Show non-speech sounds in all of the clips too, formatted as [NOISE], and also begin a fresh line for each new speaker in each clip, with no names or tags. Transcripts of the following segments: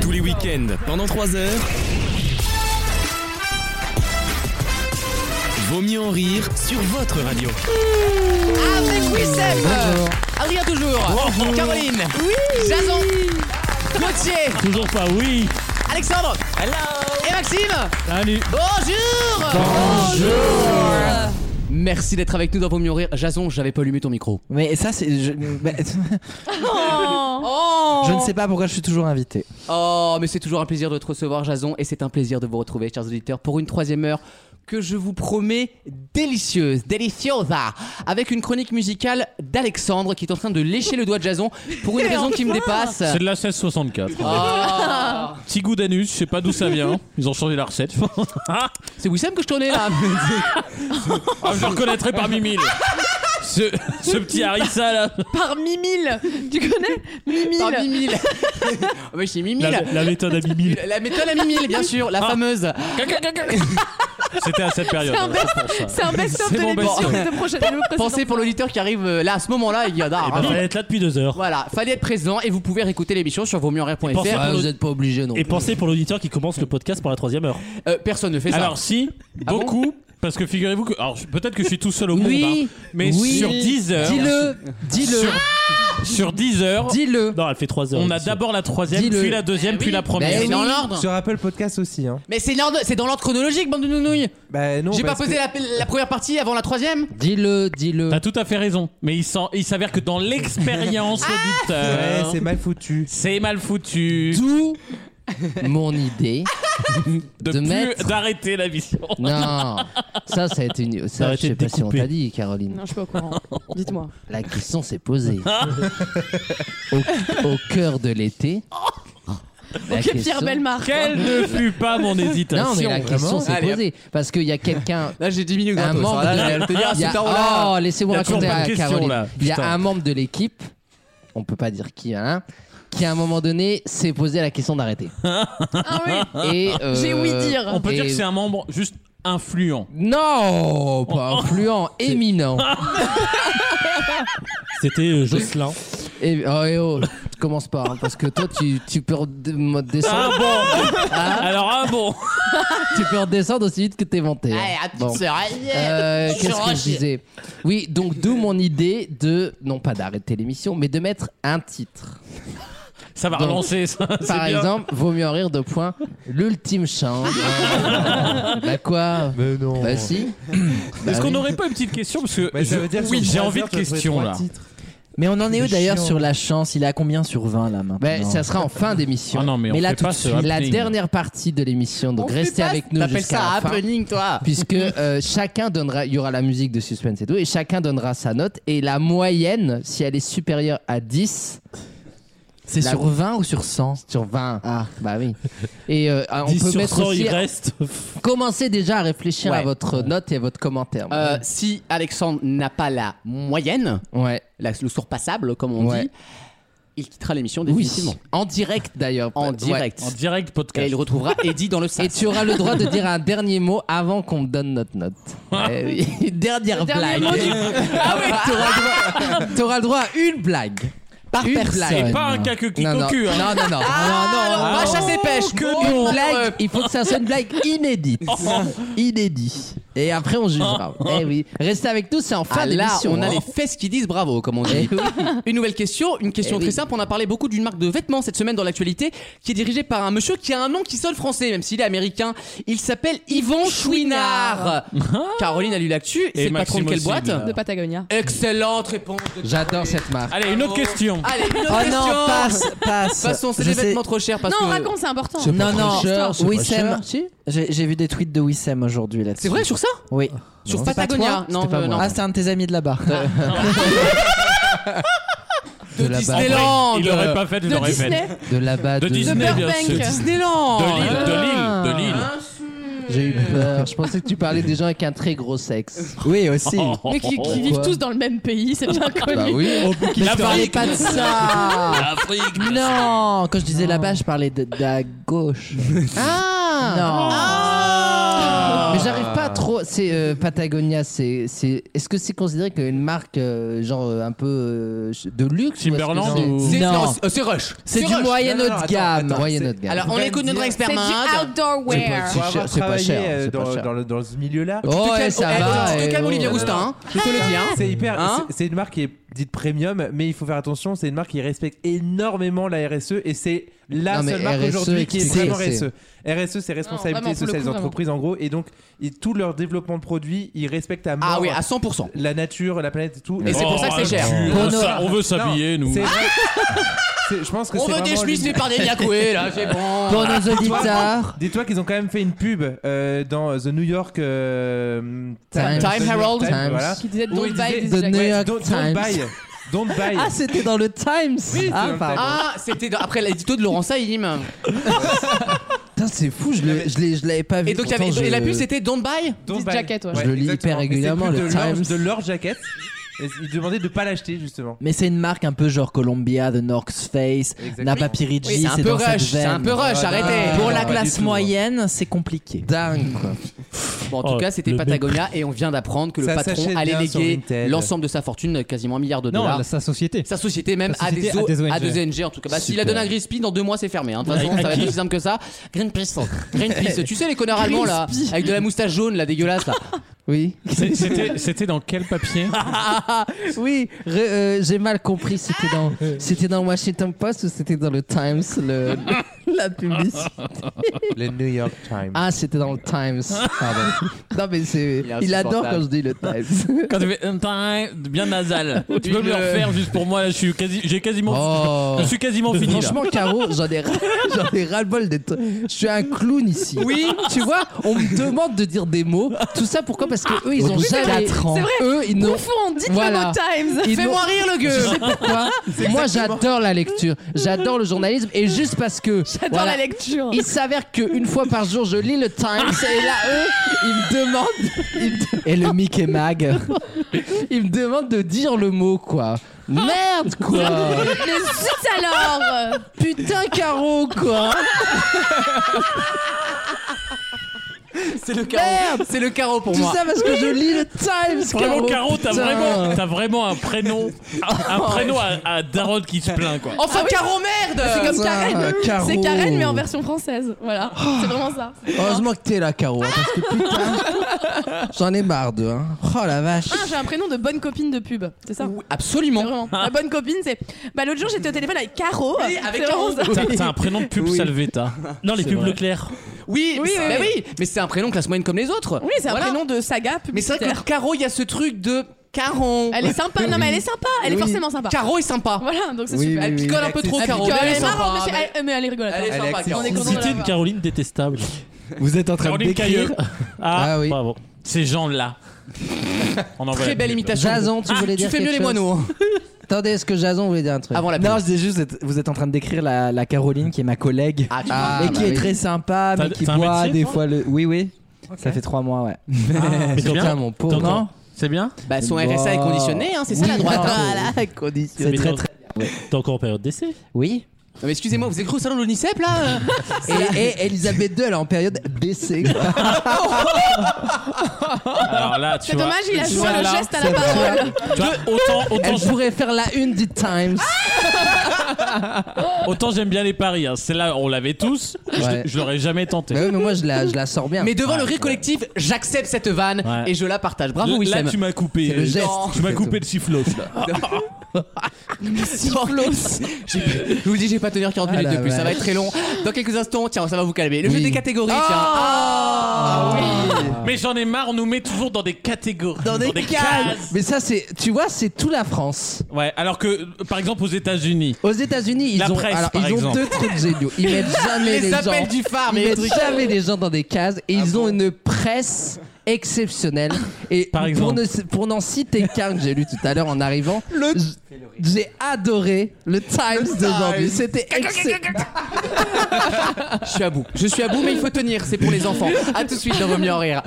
Tous les week-ends, pendant 3 heures. Vaut mieux en rire sur votre radio.
Avec Wissem Adrien toujours
Oh,
Caroline Jason Gauthier
Toujours pas, oui
Alexandre
Hello
et Maxime
Salut
Bonjour Bonjour Merci d'être avec nous dans Vos Mieux en Rire. Jason, j'avais pas allumé ton micro.
Mais ça, c'est. Je, bah,
Oh,
je ne sais pas pourquoi je suis toujours invité.
Oh, mais c'est toujours un plaisir de te recevoir, Jason, et c'est un plaisir de vous retrouver, chers auditeurs, pour une troisième heure que je vous promets délicieuse, deliciosa, avec une chronique musicale d'Alexandre qui est en train de lécher le doigt de Jason pour une raison qui me dépasse.
C'est de la 1664.
Oh,
Petit goût d'anus, je sais pas d'où ça vient. Ils ont changé la recette. ah,
c'est Wissem que je tournais
[LAUGHS]
là.
je le reconnaîtrai parmi mille. Ce, ce petit harissa là.
Par Mimile Tu connais Mimile
Par Mimile. [LAUGHS] Ah oui, c'est Mimile. La,
méthode à Bibi.
méthode à Mimile, bien sûr, la
Ah.
fameuse.
C'était à cette période. hein,
C'est un
ouais, c'est pour ça.
C'est un best-of
C'est
de
mon
l'émission
best-of.
de prochaine. le précédent.
Pensez pour l'auditeur qui arrive euh, là à ce moment-là, il y a Hein.
Eh ben, fallait être là depuis deux heures.
Voilà, fallait être présent et vous pouvez réécouter l'émission sur
Et pensez
vosmieuxenrire.fr.
pour le-
n'êtes pas obligé non.
Et pensez pour l'auditeur qui commence le podcast par la troisième heure.
Euh, personne ne fait ça.
Alors si,
Ah bon
beaucoup, parce que figurez-vous que... Alors je- peut-être que je suis tout seul au monde,
oui,
hein, mais
oui.
sur 10 heures...
dis-le,
Sur,
dis-le,
hein. sur 10 heures...
dis-le.
Non, elle fait 3 heures. On a d'abord la troisième,
Dis-le.
puis la deuxième,
Eh
puis
oui.
la première.
Mais c'est dans l'ordre.
Sur Apple Podcast aussi. Hein.
Mais c'est l'ordre- c'est dans l'ordre chronologique, bande de nounouilles.
Bah non.
J'ai pas
parce
posé
que-
la, la première partie avant la troisième.
Dis-le, dis-le.
T'as tout à fait raison, mais il s'en- il s'avère que dans l'expérience
Ah Ouais,
auditeur,
c'est mal foutu.
c'est mal foutu
D'où mon idée.
de
de
plus-
mettre-
d'arrêter la mission.
Non, ça, ça a été une.
Ça
Ça,
aurait
je sais
été
pas si on
découpé.
t'a dit, Caroline.
Non, je suis pas au courant. Dites-moi.
La question s'est posée.
Ah.
au, au cœur de l'été. La
Ok, Pierre Belmar.
Quelle ne fut pas mon hésitation
Non, mais la question s'est
Allez,
posée. Parce qu'il y a quelqu'un.
Là j'ai 10 minutes.
Un
gratos,
membre
hein.
de-
Là, elle te
Ah,
dira,
il y a-
ce temps-là.
Oh, laissez-vous
Il y a
raconter
toujours pas de
à
question,
Caroline.
là,
il y a
putain.
un membre de l'équipe, on peut pas dire qui, hein, qui à un moment donné s'est posé la
[LAUGHS]
question d'arrêter.
Ah oui
Et euh,
J'ai ouï dire.
On peut
et-
dire que c'est un membre juste influent. Oh.
Non, pas influent, éminent.
C'était euh, Jocelyn.
Et, oh, eh oh, commence pas, hein, parce que toi, tu, tu peux rede- me
Ah
descendre,
bon Alors ah bon
tu peux redescendre aussi vite que t'es vanté. hein.
Allez, à toute
Bon.
sœur, allez.
Euh,
ah, Je
Qu'est-ce que je
rush.
disais Oui, donc d'où mon idée de, non pas d'arrêter l'émission, mais de mettre un titre.
Ça va
Donc,
relancer ça. c'est
Par
bien.
exemple, vaut mieux en rire de points, l'ultime chance. bah quoi
Mais non.
Oh.
Bah si. Bah
Est-ce qu'on
oui.
n'aurait pas une petite question Parce que
Mais ça
je-
veut dire que
oui,
sur
j'ai
trois
envie de
heures, ça ferait
questions
trois
là.
titres.
Mais on en est où
C'est
d'ailleurs
chiant.
sur la chance Il est à combien sur 20 là maintenant
Bah, ça sera en fin d'émission.
Ah non, mais on
là,
fait
tout
pas
de
ce
suite, la
happening.
dernière partie de l'émission. Donc
On fait
restez
pas-
avec nous
T'appelles
jusqu'à
ça
la fin.
happening toi
Puisque euh, chacun donnera, il y aura la musique de suspense et tout, et chacun donnera sa note. Et la moyenne, si elle est supérieure à 10,
C'est
La-
sur 20 ou sur 100
sur 20,
Ah.
bah oui. Et euh, on
10
peut
sur
mettre
100,
aussi.
il reste.
Commencez déjà à réfléchir à
Ouais.
votre note et à votre commentaire.
Euh, si Alexandre n'a pas la moyenne,
ouais.
la- le surpassable comme on
Ouais.
dit, il quittera l'émission
Oui.
définitivement.
En direct d'ailleurs.
En
Ouais.
direct.
En direct
Et
podcast.
il
[LAUGHS]
retrouvera Eddie dans le
Et
sas.
tu auras le droit de dire un dernier mot avant qu'on me donne notre note. Ouais, oui. [LAUGHS] Dernière
Le dernier
blague.
mot du-
Ah ouais, [LAUGHS] t'auras le droit- t'auras le droit à une blague. Par
Une
personne.
Et pas un caca qui
non, non.
cul. hein.
non, non, non. non, non,
on va
non.
chasser pêche.
Une
Que non.
blague, Oh, il faut que ça soit une blague
[LAUGHS]
inédite. Inédite. Et après, on jugera. Eh oui. Restez avec nous, c'est en fin
Ah, là,
d'émission.
on a
hein.
les fesses qui disent bravo, comme on
Eh
dit.
oui.
Une nouvelle question, une question
Eh
très
oui.
simple. On a parlé beaucoup d'une marque de vêtements cette semaine dans l'actualité, qui est dirigée par un monsieur qui a un nom qui sonne français, même s'il est américain. Il s'appelle Yvon Chouinard.
Chouinard.
Caroline a lu l'actu. C'est le patron de
Maxime
quelle
aussi,
boîte
d'ailleurs.
De Patagonia.
Excellente réponse. de Ah
J'adore
Caroline.
cette marque.
Allez, une autre question.
Allez, une [LAUGHS] autre
[LAUGHS] Oh
question.
non, passe, passe.
De toute façon, c'est
Je
des
sais-
vêtements trop chers parce
non,
que.
raconte, c'est important.
Non, non,
cher, c'est pas
Wissem.
cher. Si.
J'ai j'ai vu des tweets de Wissem aujourd'hui là-dessus.
C'est vrai sur ça
Oui.
Sur
Non, c'est pas
Patagonia
toi
Non,
C'était pas
euh, non.
moi.
Ah, c'est un de tes amis de là-bas.
De là-bas.
En vrai,
Disneyland.
Ah. Il l'aurait pas fait, je
De
l'aurais fait.
Disney.
De là-bas.
De
de-
Disney, bien
Burbank.
sûr.
De
Disneyland.
De Lille, de Lille, de Lille.
J'ai eu peur. Je pensais que tu parlais des gens avec un très gros sexe.
Oui, aussi.
Oh,
Mais qui, qui vivent tous dans le même pays, c'est bien connu.
Bah
oui.
La
Parlez
barrique.
pas de ça Non Quand je
[LAUGHS] Ah.
disais là-bas, je parlais de, de la gauche.
Ah
Non
Mais j'arrive pas à trop. C'est euh, Patagonia. C'est c'est. Est-ce que c'est considéré comme une marque euh, genre euh, un peu euh, de luxe ou est-ce que
Timberland
c'est-
ou-
C'est-
Non.
non, c'est- C'est rush.
C'est du moyen
Non, non, non,
haut de
attends,
gamme.
attends.
Moyenne haut de gamme.
Alors, on
Vous
écoute
allez
notre
me
expert
C'est
Maud.
du outdoor
C'est pas-
wear.
c'est cher- c'est pas cher.
euh,
c'est pas
dans,
cher.
dans le- dans ce milieu-là.
Tu te
Oh,
calmes-
et ça
eh,
va.
attends, Tu
et
te calmes,
oh.
Olivier Roustin. Je te le dis. hein.
C'est hyper.
Hein
c'est c'est une marque qui est dite premium, mais il faut faire attention. C'est une marque qui respecte énormément la RSE et c'est la
Non, mais
seule marque
E
RSE,
aujourd'hui qui est
explique
vraiment E.
ce que
RSE.
c'est.
RSE, c'est
Non,
responsabilité
vraiment, pour le
sociale
coup,
des entreprises en gros, et donc ils- tout leur développement de produits, ils respectent à mort
Ah oui, à 100%.
la nature, la planète et tout.
Et c'est pour
Oh,
ça que c'est
un
cher. Ah.
cul.
Bono-
On s'a- on veut s'habiller,
Non,
nous.
c'est vrai- [LAUGHS] c'est- Je pense que
On
c'est
veut des
vraiment
chemises
l'une-
faites par des [LAUGHS] Yakoué, là, c'est bon.
Pour nos auditeurs,
Dis-toi qu'ils ont quand même fait une pub euh, dans The New York euh,
Times.
Time Herald.
Time, voilà.
Qui disait
Où
don't
il
buy
disait-
this
The
jacket.
New
Ouais,
York
don't, don't
Times.
buy. Don't buy.
Ah, c'était dans le Times
Oui,
Ah,
c'est dans le
pardon.
Ah, c'était dans- après l'édito de Laurent Saïm.
Putain, c'est fou. Je
Mais-
l'ai- je l'ai- je l'avais pas vu.
Et donc, il y avait-
Pourtant,
et la
je-
pub, c'était Don't Buy
Don't
This
buy.
jacket, ouais.
Je le lis hyper
exactement. Et c'est
régulièrement,
plus
le
de leur-
Times.
De leur jacket. Et ils demandaient de pas l'acheter, justement.
Mais c'est une marque un peu genre Columbia, The North Face,
Exactement.
Napa Pirigi,
Oui, c'est un
c'est
peu
dans cette
rush, c'est un
veine.
peu rush,
Ah,
arrêtez.
non.
Pour
Oh,
Pas
la
du
classe
tout, moi.
moyenne, c'est compliqué.
dingue. quoi.
Bon, en tout
Oh,
cas, c'était
le
Patagonia et on vient d'apprendre que le
Ça
patron
s'achète
allait
bien sur
léguer
Vinted.
l'ensemble de sa fortune, quasiment un milliard de dollars.
Non, sa société.
sa société même
Sa
à,
société
des
à
o-
des ONG.
à des ONG en tout cas. Bah, s'il a
Super.
donné un Greenpeace, dans deux mois c'est fermé. hein. De toute façon, ça va être aussi simple que ça. Greenpeace, Greenpeace. tu sais les connards allemands là, avec de la moustache jaune là, dégueulasse là.
Oui.
[LAUGHS]
C'est- C'était c'était dans quel papier
Ah,
Oui, re- euh, j'ai mal compris. C'était dans, c'était dans Washington Post ou c'était dans le Times, le, [LAUGHS] le- la publicité.
Le New York Times.
Ah, c'était dans le Times. Pardon.
[LAUGHS]
Non, mais c'est,
Il est
il adore
insupportable.
quand je dis le Times.
Quand tu fais un time, eh, bien nasal.
Oh,
Tu peux
Il
me le
le-
refaire juste pour moi. là, je suis quasi, j'ai quasiment,
[LAUGHS] Oh.
je suis quasiment fini. là.
Franchement, Caro, j'en ai, ra- j'en ai ras-le-bol d'être. Je suis un clown ici.
Oui.
Tu vois, on me demande de dire des mots. Tout ça pourquoi Parce que eux, ils ont jamais.
Quatre ans.
C'est vrai.
Eux, ils n'ont.
Bouffon, dites
Voilà.
le mot Times.
Ils
Fais-moi rire le
Je
gueux.
sais pourquoi. Moi, j'adore la lecture. J'adore le journalisme. Et juste parce que.
[LAUGHS] J'adore
voilà,
la lecture.
Il s'avère qu'une fois par jour, je lis le Times et là, eux, ils me demandent, ils me,
Et le Mickey Mag.
de- ils me demandent de dire le mot, quoi. Merde, quoi.
[LAUGHS] Mais zut alors
Putain, Caro, quoi.
C'est le carreau. C'est le carreau pour
Tout
moi.
ça parce que je lis le Times,
Vraiment,
Caro.
Caro, t'as
putain.
vraiment, t'as vraiment un prénom, un prénom à, à Daron qui se plaint quoi.
Enfin carreau
Ah C'est
merde.
comme
ça,
Karen.
Caro.
C'est Karen, mais en version française. Voilà. C'est vraiment ça.
Heureusement que t'es là, Caro. hein, parce que putain, j'en ai marre de. Hein. Oh la vache.
Ah, j'ai un prénom de bonne copine de pub. C'est ça
Oui, Absolument.
Vraiment. La bonne copine, c'est. Bah, l'autre jour, j'étais au téléphone avec Caro.
avec
C'est vraiment
Caro.
ça.
T'as, t'as un prénom de pub
Oui.
Salvetta. Non, les pubs Leclerc.
Oui.
Oui,
mais-
oui,
bah
oui.
oui. Mais c'est un prénom classe moyenne comme les autres.
Oui, c'est un
Voilà.
prénom de saga publicitaire.
Mais c'est vrai que le carreau, il y a ce truc de carreau.
Elle est sympa. Non, mais elle est sympa. Elle est forcément sympa.
Carreau est sympa.
Voilà, donc c'est
Oui,
super.
oui,
Elle
oui.
picole un peu trop
Elle
carreau.
picole,
mais
elle est marrante, mais
sympa,
c'est-
mais-
elle- euh, mais elle est rigolote.
Elle est
Elle est
sympa.
accessible.
Caro.
content de
Cité
la
de
voir.
Caroline détestable.
Vous êtes en train de
Caroline
décrire.
Cailleux. Ah,
Ah oui.
bravo. Ces gens-là. On envoie la
Très belle
pub.
imitation.
Jason,
Ah.
tu voulais
Ah, Tu
dire
fais
quelque
mieux les
chose
moineaux. hein.
Attendez, est-ce que Jason voulait dire un truc
Avant la pub.
Non, je disais juste, vous êtes- vous êtes en train de décrire la, la Caroline qui est ma collègue
Ah, tu
Ah,
et qui
bah
est
oui.
très sympa,
T'as-
mais qui
t'as un
boit
métier,
des
toi
fois le. Oui, oui. Ça fait trois mois, ouais.
Mais Eh, c'est
Putain,
bien.
mon pauvre.
T'entends
Non.
C'est bien.
Bah, son RSA est conditionné, hein, c'est ça la droite. hein.
Voilà, condition.
C'est
Mais
très
t'en-
très.
T'es encore en période d'essai.
Oui.
Non, mais excusez-moi, vous êtes cru au salon de l'UNICEF là
Et, et Elisabeth II, elle est en période d'essai. quoi.
[LAUGHS]
Alors là, tu
C'est
vois.
dommage, il a joué le
Voilà.
geste à la parole.
Tu vois, autant, autant,
Elle pourrait faire la une du Times.
autant j'aime bien les paris. Hein. Celle-là, on l'avait tous. Je-
Ouais.
Je, l'aurais jamais tenté.
Bah oui, mais moi, je la, je la sors bien.
Mais devant le rire collectif, j'accepte cette vanne
Ouais.
et je la partage. Bravo
là,
Wissem.
tu m'as coupé.
C'est le
euh,
geste.
Tu m'as
C'est
coupé le sifflot.
[LAUGHS] J'ai- Je vous dis, j'ai pas tenir 40 minutes
Ah la
de plus, ça va
vache.
être très long. Dans quelques instants, tiens, ça va vous calmer. Le jeu
Oui.
des catégories, tiens. Ah,
Mais j'en ai marre, on nous met toujours dans des catégories.
Dans des cases. Mais ça, c'est, tu vois, c'est tout la France.
Ouais, alors que, euh, par exemple, aux États-Unis,
Aux États-Unis, ils
La
ont,
presse,
alors,
par
ils ont
exemple.
deux trucs géniaux. Ils mettent jamais Ah, les,
Les
gens.
appels du phare,
Ils
mais les trucs.
mettent jamais les gens dans des cases et ils ont une presse exceptionnelle. Et
Par
pour,
exemple.
ne- pour n'en citer qu'un que j'ai lu tout à l'heure en arrivant, j- j'ai adoré le Times d'aujourd'hui. C'était excellent.
Je suis à bout. Je suis à bout, mais il faut tenir, c'est pour les enfants. A tout de suite dans Vaut mieux en rire.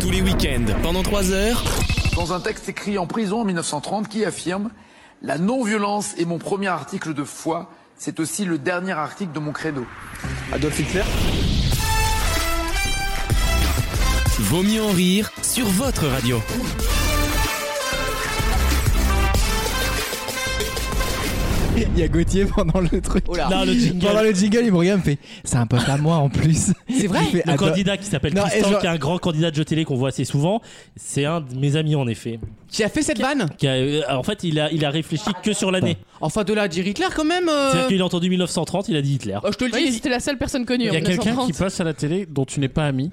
Tous les week-ends, pendant 3 heures.
dans un texte écrit en prison en 1930 qui affirme La non-violence est mon premier article de foi, c'est aussi le dernier article de mon credo.
Vaut mieux en rire sur votre radio.
Il y a Gauthier pendant le truc.
Oh là.
Non, le jingle.
Pendant le jingle, il me regarde, il me fait C'est un pote à moi en plus.
C'est vrai
Il fait,
Le
Attends.
candidat qui s'appelle
Non, et
Tristan,
genre-
qui est un grand candidat de jeu télé qu'on voit assez souvent, c'est un de mes amis en effet.
Qui a fait cette vanne
Qui a- euh, en fait, il a, il a réfléchi que sur l'année.
Enfin, de là à dire Hitler quand même. euh,
C'est-à-dire qu'il a entendu 1930, il a dit Hitler.
oh, je te le dis.
Oui, c'était la seule personne connue.
Il y a
en
quelqu'un
1930.
qui passe à la télé dont tu n'es pas ami.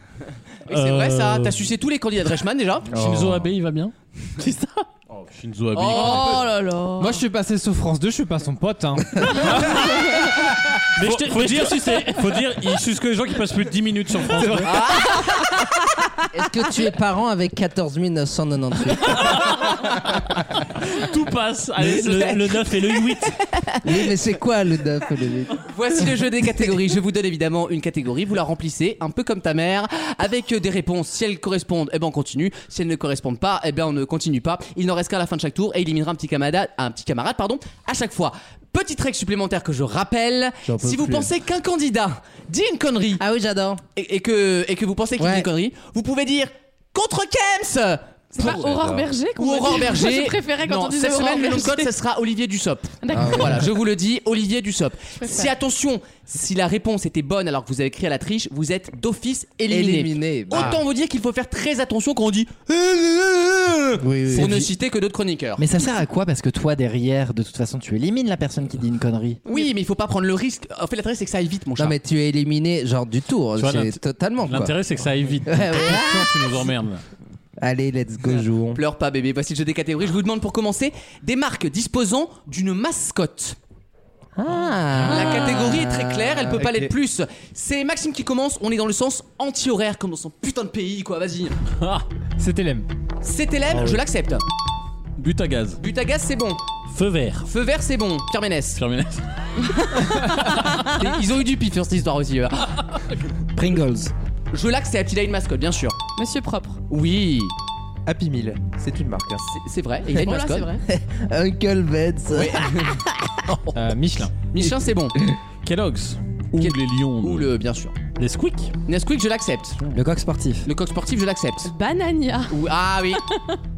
Oui, c'est vrai, ça.
Euh,
T'as sucé tous les candidats de Reichmann déjà.
Shinzo Abe, il va bien
C'est ça.
oh, Shinzo Abe.
Oh là là.
Moi, je suis passé sous France 2, je suis pas son pote. Hein.
Mais
Faut-
je te-
faut
mais je te
dire-
suçais.
Faut dire, il suce que les gens qui passent plus de 10 minutes sur France. deux.
Est-ce que tu es parent avec 14 998
Tout passe. Allez, le, le 9 et le 8.
Oui, mais c'est quoi le neuf et le huit
Voici le jeu des catégories. Je vous donne évidemment une catégorie. Vous la remplissez un peu comme ta mère avec des réponses. Si elles correspondent, eh ben on continue. Si elles ne correspondent pas, eh ben on ne continue pas. Il n'en reste qu'à la fin de chaque tour et il éliminera un petit camarade, un petit camarade pardon, à chaque fois. Petite règle supplémentaire que je rappelle.
J'en peux
Si vous
plus.
pensez qu'un candidat dit une connerie
Ah oui, j'adore.
et, et que, et que vous pensez qu'il
Ouais.
dit une connerie, vous pouvez dire contre Kems
C'est pas Aurore Berger qu'on
euh, ou
m'a
Aurore
dit Moi,
Berger.
Je préférais quand
non,
on disait
cette
Aurore
semaine, le nom de
Berger.
code, ça sera Olivier Dussopt.
Ah
D'accord.
Voilà, je vous le dis, Olivier Dussopt.
préfère.
Si attention, si la réponse était bonne alors que vous avez crié à la triche, vous êtes d'office éliminé.
Éliminé. bah.
Autant vous dire qu'il faut faire très attention quand on dit euh, pour
Oui, oui.
ne citer que d'autres chroniqueurs.
Mais ça sert à quoi Parce que toi, derrière, de toute façon, tu élimines la personne qui dit une connerie.
Oui, mais il faut pas prendre le risque. En fait, l'intérêt c'est que ça aille vite, mon
Non,
chat.
mais tu es éliminé, genre du tour.
Tu vois,
C'est
l'int-
totalement quoi.
L'intérêt, c'est que ça aille vite.
Ouais, ouais.
Attention, tu nous emmerdes. là.
Allez, let's go, jouons.
Pleure pas, bébé. Voici le jeu des catégories. Je vous demande pour commencer des marques disposant d'une mascotte.
Ah.
La catégorie est très claire, elle peut pas
ok.
l'être plus. C'est Maxime qui commence, on est dans le sens anti-horaire, comme dans son putain de pays, quoi, vas-y.
Ah.
C'était l'aime.
C'était l'aime, je l'accepte.
But à gaz.
But à gaz, c'est bon.
Feu vert.
Feu vert, c'est bon. Pierre Ménès.
Fermez-la.
Et Ils ont eu du pif sur cette histoire aussi. eux.
Pringles.
Je l'accepte, il a une mascotte, bien sûr.
Monsieur propre.
Oui,
[LAUGHS] Happy Meal, c'est une marque. hein.
c'est- c'est vrai, il a une
Voilà, c'est
mascotte.
vrai.
[LAUGHS]
Uncle Vets.
Euh, Michelin.
Michelin, c'est bon.
Kellogg's. Ou
Quel-
les lions.
Ou le, bien sûr.
Les squeaks.
Nesquik, je l'accepte.
Le coq sportif.
Le coq sportif, je l'accepte.
Banania.
Ou, ah oui.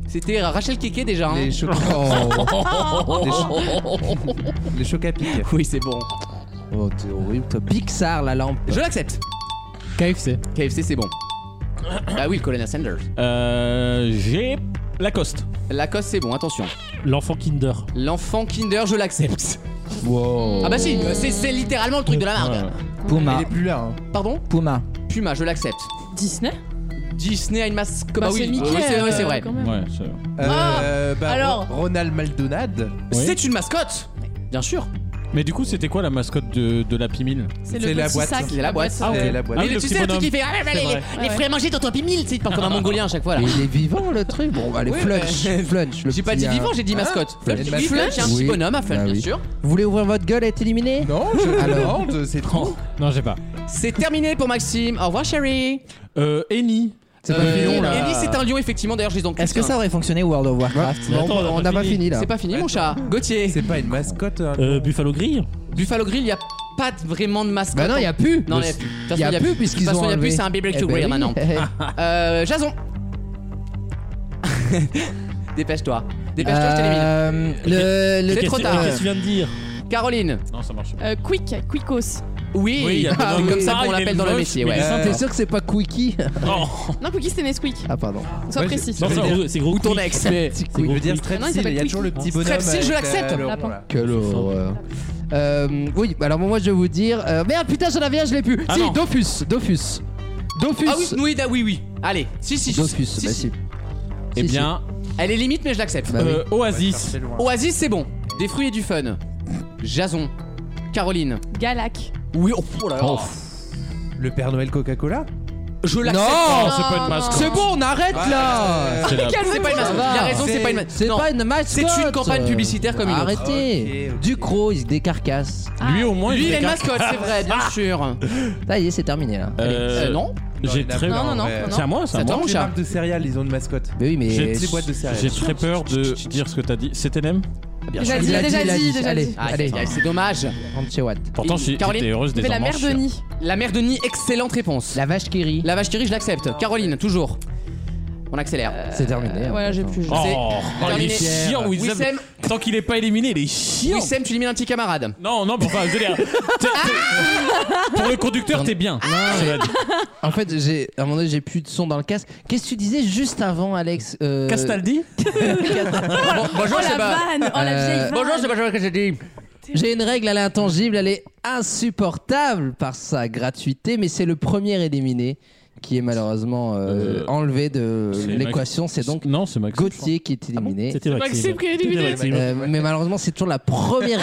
C'était Rachel Keke déjà. hein.
Les chocolats. Oh,
Les, [LAUGHS] les chocs à pic.
Oui, c'est bon.
oh, t'es horrible, toi.
Pixar, la lampe.
Je l'accepte.
KFC.
KFC, c'est bon. Ah oui, le Colonel Sanders.
Euh, J'ai Lacoste.
Lacoste, c'est bon, attention.
L'enfant Kinder.
L'enfant Kinder, je l'accepte. Ah bah si, c'est c'est littéralement le truc de la marque.
Il
Puma.
est plus là. hein.
Pardon
Puma.
Puma, je l'accepte.
Disney
Disney a une mascotte.
Bah,
Bah
c'est
oui,
Mickey,
oui, c'est vrai, c'est
euh,
vrai.
quand même.
Ouais, c'est
Euh, bah,
alors.
Ro- Ronald Maldonad.
Oui.
C'est une mascotte Bien sûr
Mais du coup, c'était quoi la mascotte de, de l'Happy Meal
C'est
C'est le
la
petit
boîte.
sac.
C'est la boîte.
Ah,
ouais.
la boîte.
Ah,
Mais
oui,
le-
le
tu
petit
sais, le truc
bonhomme.
qui fait ah, bah,
C'est
les,
vrai.
les
Ouais.
frais mangés dans ton pimil, tu sais, il parle comme un mongolien à chaque fois là.
Il est vivant le truc. Bon,
bah,
allez,
Oui,
flunch.
mais-
Flunch. le
Euh, J'ai pas
petit,
dit
hein.
vivant, j'ai
Ah.
dit mascotte. Flunch,
une
oui,
mascotte.
Flunch, c'est un
Oui.
petit bonhomme à Flunch,
Bah
bien
oui.
sûr.
Vous voulez ouvrir votre gueule et être éliminé
Ah, Non, je
Alors.
demande, c'est trop.
Non, j'ai pas.
C'est terminé pour Maxime. Au revoir, chérie.
Euh, Eni.
C'est pas
Euh,
fini.
Ellie, c'est un lion, effectivement. D'ailleurs, je les encule.
Est-ce que ça aurait fonctionné World of Warcraft
Bon,
Attends, on a
on n'a
pas
pas fini là.
C'est pas fini, mon chat. Gauthier.
C'est pas une mascotte. hein.
Euh, Buffalo Grill.
Buffalo Grill, y a pas de- vraiment de mascotte. hein.
Bah non, il y a plus.
Non,
Le-
il y a plus. De toute
y
façon,
a
y
plus,
De toute
puisqu'ils
façon,
ont
y a plus,
enlevé.
c'est un barbecue
Eh ben
grill
oui.
maintenant.
Eh, eh.
Euh,
[LAUGHS]
Jason. Dépêche-toi. Dépêche-toi, Eh ben, je t'élimine.
Euh, le, le-
C'est
Qu'est-ce
trop
que-
tard.
Qu'est-ce que tu viens de dire
Caroline.
Non, ça marche pas.
Euh, Quick, Quickos.
Oui,
Oui, il y a
Ah,
dedans
oui,
le
comme ça
pain,
qu'on
il est
l'appelle dans le
moche,
métier.
mais
Ouais.
il est
Ah.
T'es sûr que c'est pas Quickie
Non, Quickie, c'est Nesquik.
[LAUGHS] Ah pardon.
Sois
Ouais,
précis.
Non, c'est
veux
gros- c'est gros.
Ou ton
quick.
ex.
Je
C'est gros
veux dire
quick.
Non,
Strepsil,
il
il
s'appelle
y a
Quick.
toujours le petit bonhomme.
Strepsil,
avec,
je
euh,
l'accepte.
le rond,
Lapin.
là.
Quelle horreur. Euh, oui, alors moi je vais vous dire. euh, merde, putain, j'en avais un, je l'ai plus.
Ah
si,
non.
Dofus. Dofus. Dofus.
Ah oui, oui, da- oui, oui. Allez, si, si. si,
Dofus,
si,
bah
si.
si.
Eh
Si, si.
bien,
Elle est limite, mais je l'accepte.
Bah oui.
euh, Oasis.
C'est loin.
Oasis, c'est bon. Des fruits et du fun. Jason. Caroline.
Galak.
Oui, oh, oh là là.
Le Père Noël Coca-cola
Je l'accepte.
Oh, c'est pas une mascotte.
C'est bon, on arrête là.
C'est la-
C'est pas une mascotte. Il a raison, c'est pas une mascotte.
C'est
Non,
pas une mascotte.
C'est une campagne publicitaire comme une autre. Ah,
Arrêtez.
Ok, ok.
Ducrot, il se décarcasse.
Lui,
Ah.
au moins,
Lui, il a une
décarte-
mascotte, c'est vrai,
Ah.
bien sûr.
Ça y est, c'est terminé là.
Euh,
Euh,
non
J'ai très.
Non, non, non.
ouais.
non.
C'est à moi, c'est à
Attends,
moi.
mon
Les
chat.
marques de céréales, ils ont une mascotte.
Mais oui, mais.
J'ai-
Des boîtes de céréales.
J'ai très peur de dire ce que t'as dit. C'est TNM
Bien
Déjà
sûr.
dit,
Il a
déjà
il a
dit, déjà
Allez,
dit.
ah, c'est- c'est dommage.
Rentre chez Watt.
Pourtant, je suis-
Caroline,
j'étais heureuse
Mais
des
la mère
emmanches.
de Nid.
La mère de Nid, excellente réponse. La,
La vache qui rit.
vache qui rit, je l'accepte. Caroline, toujours. On accélère.
C'est terminé. hein.
Voilà, j'ai plus.
C'est
Oh, oh, il
terminé.
est chiant, Wissem.
Wissem,
Tant qu'il est pas éliminé, il est chiant.
Wissem, tu élimines un petit camarade.
Non, non, pour, enfin, je veux dire, t'es- t'es- pour le conducteur, t'es bien. Cela dit.
En fait, j'ai à un moment donné, j'ai plus de son dans le casque. Qu'est-ce que tu disais juste avant, Alex euh,
Castaldi
Bon- bonjour,
Oh la
Sébastien.
vanne Oh la
Euh,
vieille vanne
Bonjour, Sébastien, que j'ai dit.
J'ai une règle, elle est intangible, elle est insupportable par sa gratuité, mais c'est le premier éliminé qui est malheureusement euh,
Euh,
enlevé de
c'est
l'équation. C'est donc
Non, c'est Maxime.
Gauthier qui est éliminé.
Ah C'était
Maxime
Maxime.
qui est éliminé.
Maxime.
Euh, mais malheureusement, c'est toujours la première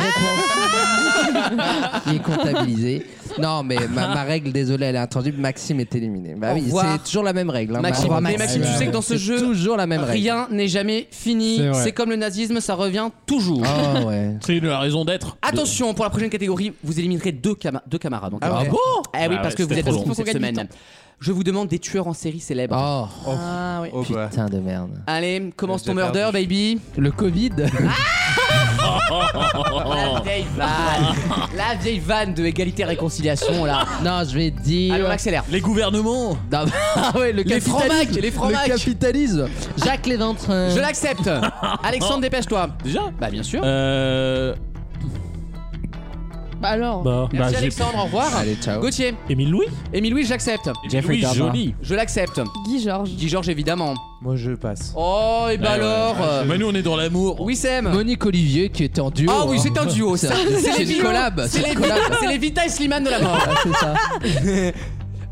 réponse [LAUGHS] qui est comptabilisée. Non, mais ma, ma règle, désolé, elle est intangible. Maxime est éliminé. Bah
Au
oui,
revoir.
c'est toujours la même règle. hein.
Maxime,
Ma-
mais Maxime,
tu sais
que dans ce
c'est
jeu,
toujours la même règle.
Rien n'est jamais fini.
C'est vrai.
C'est comme le nazisme, ça revient toujours.
Ah ouais.
C'est la raison d'être.
Attention, pour la prochaine catégorie, vous éliminerez deux, cama- deux camarades. donc.
Ah ouais.
bon Eh oui,
Ah
parce
ouais,
que vous
c'était
êtes
trop
beaucoup
long.
cette
Faut qu'on gagne du
semaine. Je vous demande des tueurs en série célèbres.
Oh,
Ah oui.
Oh bah.
putain de merde.
Allez, commence
J'ai
ton
perdu.
murder, baby.
Le Covid.
Ah
[LAUGHS] La vieille vanne. La vieille vanne de égalité-réconciliation, là.
non, je vais dire.
Allez, on accélère.
Les gouvernements
[LAUGHS]
Non, ah ouais, le
Les francs-macs,
capitalisme,
les francs-macs.
Le capitalisme. Jacques euh, Léventrain.
Je l'accepte. Alexandre, dépêche-toi.
Déjà
Bah, bien sûr.
Euh.
Bah alors.
Bah, bah,
Merci,
j'ai-
Alexandre, au revoir.
Allez, ciao.
Gauthier,
Émile Louis
Émile Louis, j'accepte.
Jeffrey
Jeffrey
Dahmer.
Jolie.
Je l'accepte.
Guy Georges.
Guy Georges, évidemment.
Moi je passe.
Oh, et bah
Ah ouais.
alors euh,
Bah, nous, on est dans l'amour.
Oui, Sam.
Monique Olivier qui était en duo.
Ah oui,
hein.
c'est un duo, ça. C'est
C'est
les
une collab.
C'est
une
les,
collab.
[LAUGHS] c'est les Vita et Slimane de la mort.
C'est ça.
[LAUGHS]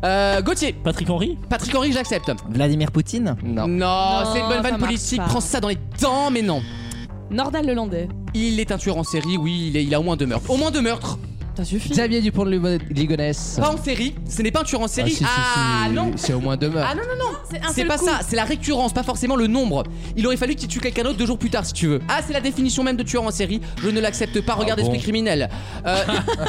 Euh, Gauthier,
Patrick Henry
Patrick Henry, j'accepte.
Vladimir Poutine
Non,
Non.
c'est une bonne
ça
vanne
marche
politique.
pas.
Prends ça dans les dents, mais non.
Nordal le Landais.
Il est un tueur en série, oui, il, est- il a au moins deux meurtres. Au moins deux meurtres.
Ça suffit.
Xavier Dupont de Ligonnès. Ah,
Pas en série, ce n'est pas un tueur en série.
si, si,
Ah,
si,
non
C'est au moins deux meurtres.
Ah non, non, non
C'est un
C'est
seul
pas
coup.
ça, c'est la récurrence, pas forcément le nombre. Il aurait fallu qu'il tue quelqu'un d'autre deux jours plus tard si tu veux. Ah, c'est la définition même de tueur en série. Je ne l'accepte pas, regarde
bon
esprit criminel. Euh,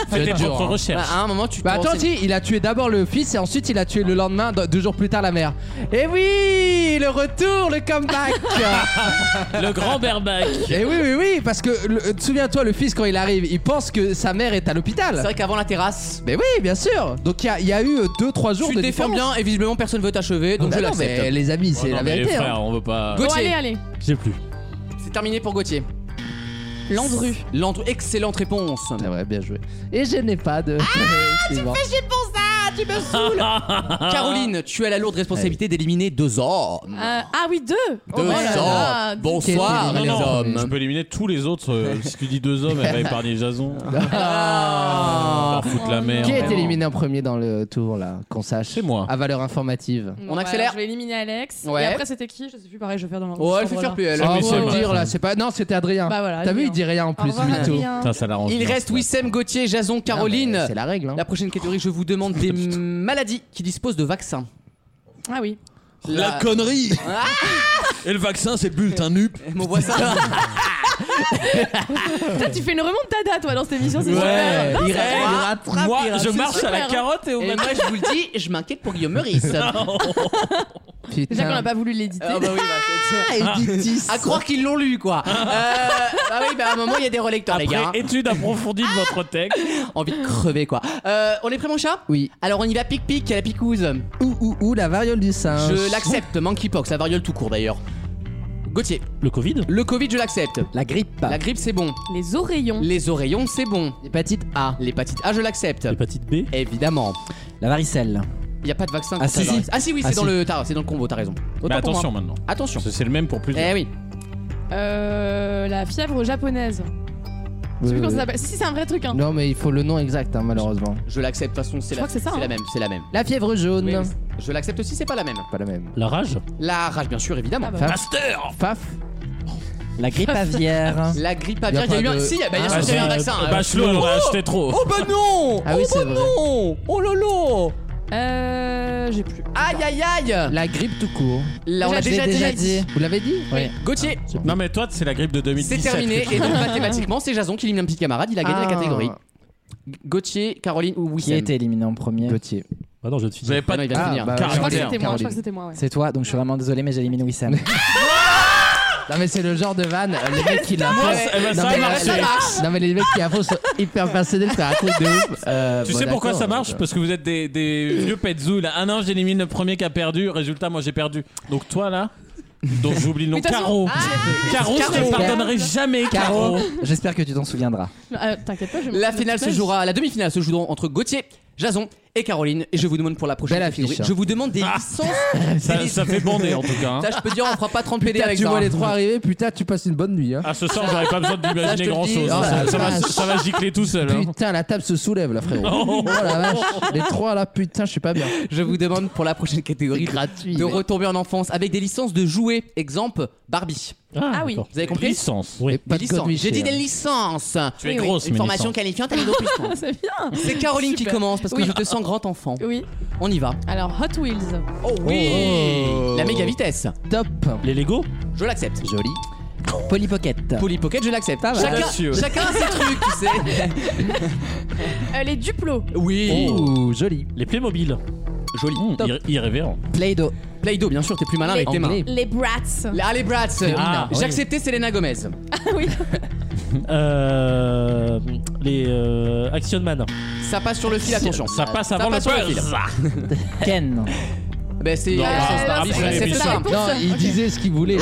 Faites les
dur,
propres
hein.
recherches.
à un moment, tu te
Bah attends,
renseignes.
si, il a tué d'abord le fils et ensuite il a tué le lendemain, do- deux jours plus tard, la mère. Et oui, le retour, le
[LAUGHS]
comeback.
[LAUGHS] Le grand berbac.
et oui, oui, oui, parce que le- euh, souviens-toi, le fils quand il arrive, il pense que sa mère est à
C'est
l'hôpital.
vrai qu'avant la terrasse,
Mais oui, bien sûr. Donc il y a- il y, a eu euh, deux, trois jours
tu
de
défends
différence.
bien et visiblement personne veut t'achever, donc
Bah
je
non, mais
l'accepte.
les amis,
Oh
c'est
non,
la
mais les
vérité. hein.
frères, on veut pas.
Bon,
Gauthier.
allez, allez.
J'ai plus.
C'est terminé pour Gauthier.
Landru.
Landru, excellente réponse.
C'est vrai, Ah bien joué. Et je n'ai pas
Ah,
[LAUGHS] de. Effectivement.
Euh,
Caroline, tu as la lourde responsabilité d'éliminer deux hommes.
Euh, ah oui, deux.
Deux
Oh là là.
hommes. Bonsoir
Quel
les
éliminé.
Tu
hommes.
peux éliminer tous les autres. [LAUGHS] euh, si tu dis deux hommes, elle va épargner Jason. Ah, foutre
Oh,
la merde.
Qui est éliminé en premier dans le tour là Qu'on sache.
C'est moi.
À valeur informative.
Bon,
On
bah,
accélère.
Je vais éliminer Alex.
Ouais.
Et après, c'était qui Je sais plus, pareil, je vais faire dans l'ordre.
Oh, elle
Dans
fait
l'ordre,
faire
là.
PL.
Ah,
mais
faut
c'est
le
vrai.
dire là, c'est pas. Non, c'était Adrien.
Bah voilà.
T'as vu, il
Adrien.
dit rien en
Au
plus,
revoir,
mytho.
Adrien.
Putain, ça l'arrange.
Il
bien.
reste Wissem, Gauthier, Jason,
Non,
Caroline.
mais C'est la règle. hein.
La prochaine catégorie, je vous demande des maladies qui disposent de vaccins.
Ah oui.
La connerie
Ah
Et le vaccin, c'est le bulletin nup.
Mon voisin.
Putain, tu fais une remontada, toi, dans cette émission, c'est
Ouais.
super. Non,
Il
c'est
reste-
vrai.
Moi, je marche à la
hein.
super.
carotte et au
Et moi, je vous le dis, je m'inquiète pour Guillaume Meurice.
Déjà qu'on
Putain.
n'a pas voulu l'éditer.
Ah bah oui, bah, c'est- À croire qu'ils l'ont lu, quoi. Euh, bah oui, bah à un moment, il y a des relecteurs, les gars.
Après étude approfondie de votre texte.
hein. Envie de crever, quoi. Euh, on est prêt, mon chat
Oui.
Alors, on y va pic-pic à la picouse.
Ou ou ou la variole du singe.
Je l'accepte, monkeypox, la variole tout court d'ailleurs. Gauthier,
Le Covid
le Covid, je l'accepte.
La grippe.
La grippe, c'est bon.
Les oreillons.
Les oreillons, c'est bon. Ah,
L'hépatite A.
L'hépatite A, je l'accepte.
Hépatite B
Évidemment.
La varicelle.
Il a pas de vaccin.
Ah,
contre
si,
la
si.
varice. ah si, oui,
Ah,
c'est dans
si.
le t'as- c'est dans le combo, t'as raison. Autant
Mais
pour
attention
moi.
maintenant.
Attention.
C'est le même pour plusieurs.
Eh oui.
Euh, la fièvre japonaise. Je sais plus comment ça s'appelle. Si, si, c'est un vrai truc. Hein.
Non, mais il faut le nom exact, hein, malheureusement.
Je l'accepte. De toute façon, c'est
Je
la,
crois que c'est ça, hein.
la même. C'est la même.
La fièvre jaune.
Oui, Je l'accepte aussi, c'est pas la même.
Pas la même.
La rage
La rage, bien sûr, évidemment.
Ah bah.
Faf.
Master
Paf.
La grippe aviaire.
La grippe aviaire, il
Y
y
a
a eu
pas
un.
de-
Si, il y a, bah, il y a
Ah,
sûr qu'il y a eu un
c'est,
vaccin. hein.
Bachelot, on a
Oh
acheté trop.
Oh bah non
Ah oui,
Oh bah
c'est vrai.
non Oh là là
Euh, j'ai plus.
Aïe aïe aïe
La grippe tout court.
Là, on
Déjà,
a
déjà, déjà
dit.
Vous l'avez dit Ah,
Oui.
Gauthier,
Oh. Non, mais toi, c'est la grippe de
c'est
2017.
terminé. Et donc, mathématiquement, c'est Jason qui élimine un petit camarade. Il a gagné la
Ah.
catégorie. Gauthier, Caroline ou
Qui a
Wissem
été éliminé en premier
Gauthier.
Bah non, je te finis.
J'avais
Ah
pas
non,
de
il va
Ah,
finir.
bah,
Je crois que
caractère.
c'était moi. Je
Caroline.
crois que c'était moi. Ouais.
C'est toi, donc je suis vraiment désolé, mais j'élimine Wissam.
Non mais c'est le genre de van, euh, les mecs qui la
Ça
font.
marche, eh ben,
non,
ça a
mais,
marché.
les- non mais les mecs qui la font sont hyper passionnés, c'est un truc de ouf. Euh,
Tu
bon,
sais pourquoi
d'accord,
ça marche
euh,
Parce que vous êtes des, des vieux petzou. Là, un an, j'élimine le premier qui a perdu. Résultat, moi, j'ai perdu. Donc toi, là, donc j'oublie le nom.
Mais de toute façon-
Caro.
Ah
Caro, je te
Caro.
pardonnerai jamais, Caro.
Caro, j'espère que tu t'en souviendras.
Euh, T'inquiète pas, je vais me
La
prendre
finale
notre
se
place.
jouera, la demi-finale se jouera entre Gauthier, Jason et Caroline. Et je vous demande pour la prochaine
Belle
catégorie,
affiche, hein.
Je vous demande des
[LAUGHS]
licences.
Ça, ça fait bander, en tout cas. hein.
Ça, je peux dire, on fera pas 30 PD
Putain,
avec
tu
ça.
vois
hein.
les trois arriver, putain, tu passes une bonne nuit. Hein.
Ah, ce soir, j'aurais pas besoin
Ça, je te
d'imaginer
le
grand
dis.
chose.
Oh
ça,
la
ça va,
vache.
ça va gicler tout seul. hein.
Putain, la table se soulève là, frérot. Oh, la vache, les trois là, putain, je suis pas bien.
Je vous demande pour la prochaine catégorie
gratuit,
de
mais-
retomber en enfance avec des licences de jouets. Exemple, Barbie.
hein.
Ah oui.
d'accord.
Vous avez compris
Licence.
Oui.
Et
Des
pas de
licences.
code Michel,
J'ai dit des
hein.
licences.
Tu es
Oui, oui.
grosse,
Une
mais
formation
licence.
qualifiante à [LAUGHS] l'ego
[LAUGHS] Ah, C'est bien.
C'est Caroline qui
Super.
commence parce que
Oui. Oh.
je te sens grand enfant.
Oui.
On y va.
Alors Hot Wheels.
Oh oui
Oh.
La méga vitesse.
Top.
Les Lego
Je l'accepte.
Joli. Polly Pocket.
Polly Pocket, je l'accepte.
Pas mal.
Chacun,
Audacieux.
chacun a ses trucs, tu sais.
Euh, les Duplo.
Oui.
Oh, joli.
Les Playmobil.
Joli.
Mmh,
Top.
irré- irrévérent.
Play-Doh.
Play-Doh, bien sûr, t'es plus malin
Les-
avec Ah tes mains.
Anglais.
Les Bratz.
Les- Ah, les Brats.
Ah, oui.
J'acceptais Selena Gomez.
oui.
Hmm.
Euh, les euh, Action Man.
Ça passe sur le fil, attention.
Ça passe avant
passe sur
le
le fil.
buzz.
Ken.
Ben, c'est.
Non,
la
bah,
licence
non,
Barbie,
c'est
je
les
l'accepte
bichons.
pas.
réponse.
Non, il
Ok.
disait ce qu'il voulait.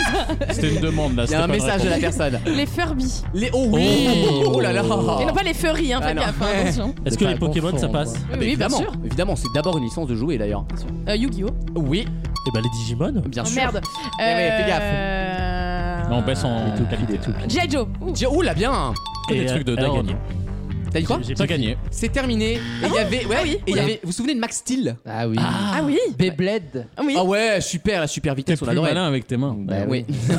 [LAUGHS] C'était une demande là.
Il y a un message de la personne.
Les Furby.
Les oh oui
Oh.
Oh là là
Et non pas les Furry, hein,
Ah,
faites
non.
gaffe,
Ouais.
hein, attention.
Est-ce que les Pokémon ça passe
Oui,
Ah, ben,
oui, bien
évidemment,
sûr.
évidemment, c'est d'abord une licence de jouer d'ailleurs.
Euh, Yu-Gi-Oh.
Oui,
Et bah les Digimon
bien
Oh,
sûr.
merde.
Eh ouais, fais gaffe.
Euh,
Non, on baisse en qualité.
G.I. Joe. Ouh.
Tiens, ouh oh là bien
Et des trucs de dingue.
T'as dit quoi
J'ai pas gagné.
C'est terminé. Et il y avait. Ouais, et il y avait. Vous vous souvenez de Max Steel
Ah oui.
Ah oui.
Beyblade.
Ah oui.
Ah ouais, super, la super
T'es
vitesse, on
plus
l'adorait.
malin avec tes mains.
Bah
Oui.
[LAUGHS]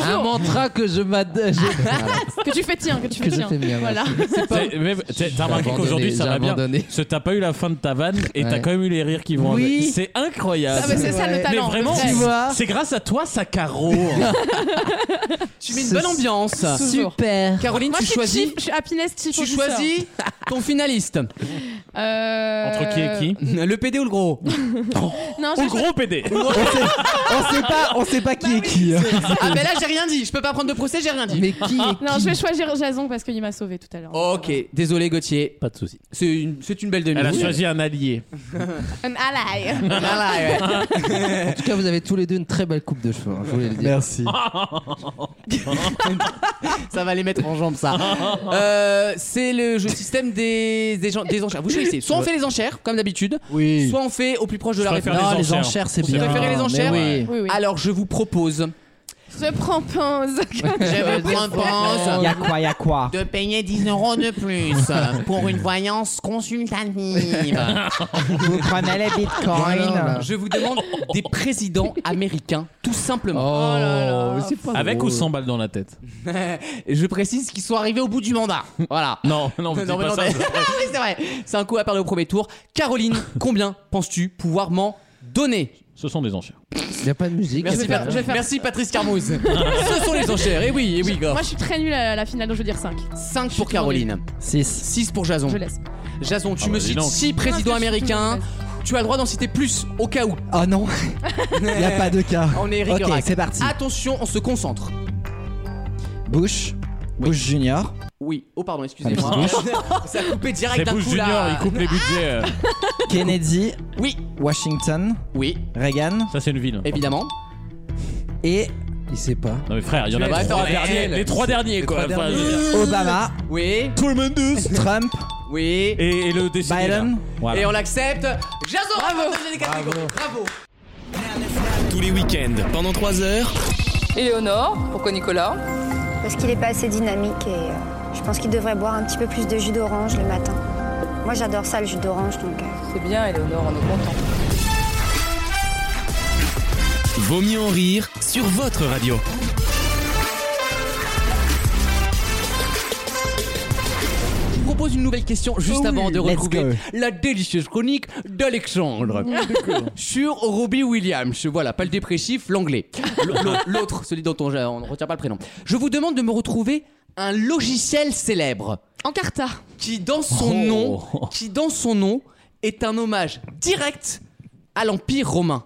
Ah,
Un mantra que je m'ad. je- Voilà.
Que tu fais tiens, que tu fais
Que je
tiens.
fais bien,
Voilà.
T'as même- t'as- t'as remarqué
abandonné,
qu'aujourd'hui ça
j'ai
va bien.
abandonné.
Parce que T'as pas eu la fin de ta vanne et t'as
Ouais.
quand même eu les rires qui vont.
Oui.
avec. C'est incroyable.
Ah, mais c'est ça le
Mais
talent.
vraiment,
le vrai.
c'est-
vois
c'est grâce à toi,
[LAUGHS]
ça carreau.
Tu mets une bonne ambiance.
Toujours.
Super.
Caroline,
Moi,
tu
je suis
choisis.
Chief, je suis happiness chief
Tu
officer. [LAUGHS]
choisis ton finaliste.
Euh,
Entre qui et qui
Le PD ou le
[LAUGHS]
gros
Non,
Euh,
Ou
je
gros
[LAUGHS]
PD.
On sait pas, on sait pas qui est qui. hein.
Ah ben là j'ai rien dit, je peux pas prendre de procès, j'ai rien dit.
Mais qui est
Non, je vais choisir Jason parce qu'il m'a sauvé tout à l'heure.
Ok, désolé Gauthier,
Pas de soucis.
c'est une, c'est une belle demi
Elle a choisi un allié.
[LAUGHS]
Un ally.
Ah,
En tout cas, vous avez tous les deux une très belle coupe de cheveux. hein, je voulais le dire.
Merci.
Ça va les mettre en jambes ça. Euh, c'est le jeu système des, des, gens- des enchères. Vous choisissez, soit on fait les enchères comme d'habitude,
Oui.
soit on fait au plus proche de
Je
la
préfère
réponse.
Non,
les
les
enchères.
enchères, c'est
Vous
bien.
préférez les
Mais
enchères
oui.
Oui, oui.
Alors je vous propose,
Je prends pause.
je vous propose
Y'a quoi, y'a quoi
de payer 10 euros de plus pour une voyance consultative.
Vous prenez les bitcoins.
Je vous demande des présidents américains, tout simplement.
Oh,
là.
mais c'est
Ah
pas
Avec ou
drôle.
sans balles dans
[LAUGHS]
la tête
Et je précise qu'ils sont arrivés au bout du mandat. Voilà.
Non,
Non,
non, non,
mais
pas
non,
ça.
mais- [LAUGHS] Oui, c'est vrai. C'est un coup à perdre au premier tour. Caroline, combien penses-tu pouvoir m'en donner
Ce sont des enchères.
Il n'y a pas de musique.
Merci,
y a
Pat-
pas-
Merci Patrice Carmouze. [LAUGHS] Ce sont les enchères. Et oui, et oui, gars.
Moi, je suis très nulle à la finale, donc je veux dire 5.
5 pour Caroline,
6.
6 pour Jason.
Je laisse.
Jason, tu
Ah
me
bah, dis
cites
donc.
6 présidents
Non, parce que je suis
américains.
toujours
Tu as le droit d'en citer plus, au cas où.
Oh non, y a pas de cas.
On est
Ok,
rigorac.
c'est parti.
Attention, on se concentre.
Bush. Bush Junior.
Oui. Oh, pardon, excusez-moi. [LAUGHS] Ça a coupé
Ah, C'est
direct d'un
Bush
coup
Junior,
là.
il coupe les budgets. euh.
Kennedy.
Oui,
Washington.
oui,
Reagan.
Ça, c'est une ville.
évidemment.
Et
Il sait pas.
Non, mais frère, il y en a
Ouais,
pas
attends,
trois.
mais-
derniers. Les trois derniers, quoi. Enfin, je veux dire.
Obama.
Oui,
Trump.
oui.
Et, et le décidé.
Biden.
là. Voilà.
Et on l'accepte. Jason, bravo. Bravo. bravo.
Tous les week-ends, pendant 3 heures.
Éléonore, pourquoi Nicolas
Parce qu'il n'est pas assez dynamique et euh, je pense qu'il devrait boire un petit peu plus de jus d'orange le matin. Moi j'adore ça le jus d'orange donc. euh,
C'est bien, Éléonore, on est content.
Vaut mieux en rire sur votre radio.
Je vous propose une nouvelle question juste avant de
let's
retrouver
go.
la délicieuse chronique d'Alexandre [LAUGHS] sur Robbie Williams. Voilà, pas le dépressif, l'anglais. L- l- L'autre, celui dont on, on ne retient pas le prénom. Je vous demande de me retrouver un logiciel célèbre
Encarta.
qui, dans son
Oh.
nom, qui dans son nom est un hommage direct à l'Empire romain.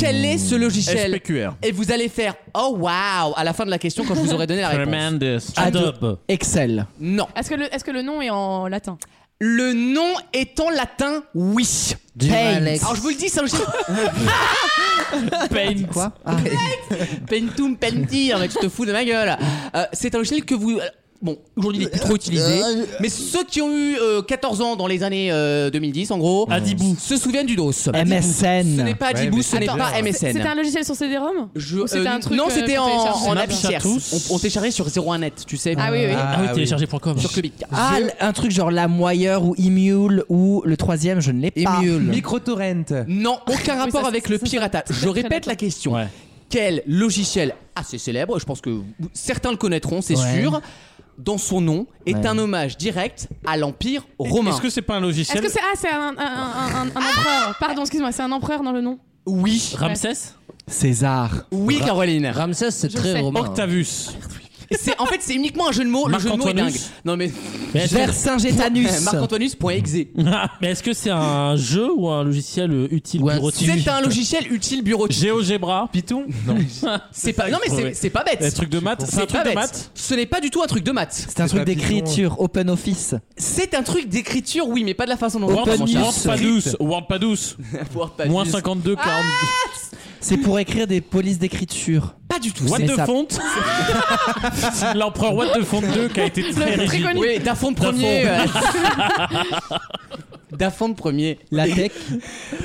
Quel est ce logiciel
SPQR.
Et vous allez faire oh wow à la fin de la question quand je vous aurai
[LAUGHS]
donné la réponse.
Tremendous.
Adobe.
Excel.
Non.
Est-ce que, le- est-ce que le nom est en latin
Le nom est en latin, oui.
Du
Paint.
Alex.
Alors je vous le dis, c'est un
[LAUGHS]
logiciel. Paint. Quoi
Ah.
Paintum, Paintir, mec, tu te fous de ma gueule. Euh, c'est un logiciel que vous. euh, Bon, aujourd'hui il est plus trop utilisé,
Euh,
mais ceux qui ont eu euh, 14 ans dans les années euh, 2010, en gros,
Ah,
se souviennent du dos.
MSN.
Ce n'est pas
Ouais,
Adibou,
mais
ce n'est
Attends,
pas MSN.
C'était un logiciel sur CD-ROM
Je-
Ou c'était
euh,
un truc,
non,
euh,
c'était
qu'on
en,
téléchargeait
en
là-bas
appshare. On, on téléchargeait sur 01net, tu sais.
Ah oui, oui.
Ah oui,
télécharger.com. Sur Clubic.
Ah, l- un truc genre la Moyeur ou Emule ou le troisième, je ne l'ai pas.
Microtorrent.
Non, aucun rapport avec le piratage. Je répète la question. Quel logiciel assez célèbre, je pense que vous- certains le connaîtront, c'est
Ouais.
sûr, dans son nom, est
Ouais.
un hommage direct à l'Empire romain.
Est-ce que c'est pas un
Est-ce
logiciel
que c'est ah, c'est un, un- un-
Ah
un- un empereur Pardon, excuse-moi, c'est un empereur dans le nom
Oui.
Ramsès
César.
Oui,
Ra-
Caroline.
Ramsès, c'est
Je très sais. romain. [LAUGHS]
Octavius.
C'est- En fait, c'est uniquement un jeu de mots. Le jeu de mots est dingue.
Marc-Antoinus.
Non, mais.
Mais est-ce que-
[LAUGHS]
Eh,
Marc-Antoinus.exe.
Mais est-ce que c'est un jeu ou un logiciel euh, utile bureautique
C'est un logiciel utile bureautique.
GeoGebra.
Python
Non.
C'est pas. Non, mais c'est- c'est pas bête.
Un truc de maths C'est un truc
pas
de
bête.
maths
Ce n'est pas du tout un truc de maths.
C'est un truc d'écriture, Open Office.
C'est un truc d'écriture, oui, mais pas de la façon dont on
Word,
dit.
Word pas douce. Word pas douce.
Wordpadus.
Moins 52, 40.
C'est pour écrire des polices d'écriture.
Pas du tout.
What
C'est
the
ça.
font [LAUGHS] L'empereur What the font 2 qui a été très
Le- très
rigide.
connu. Oui, Dafont premier, [LAUGHS] Dafond premier.
La tech.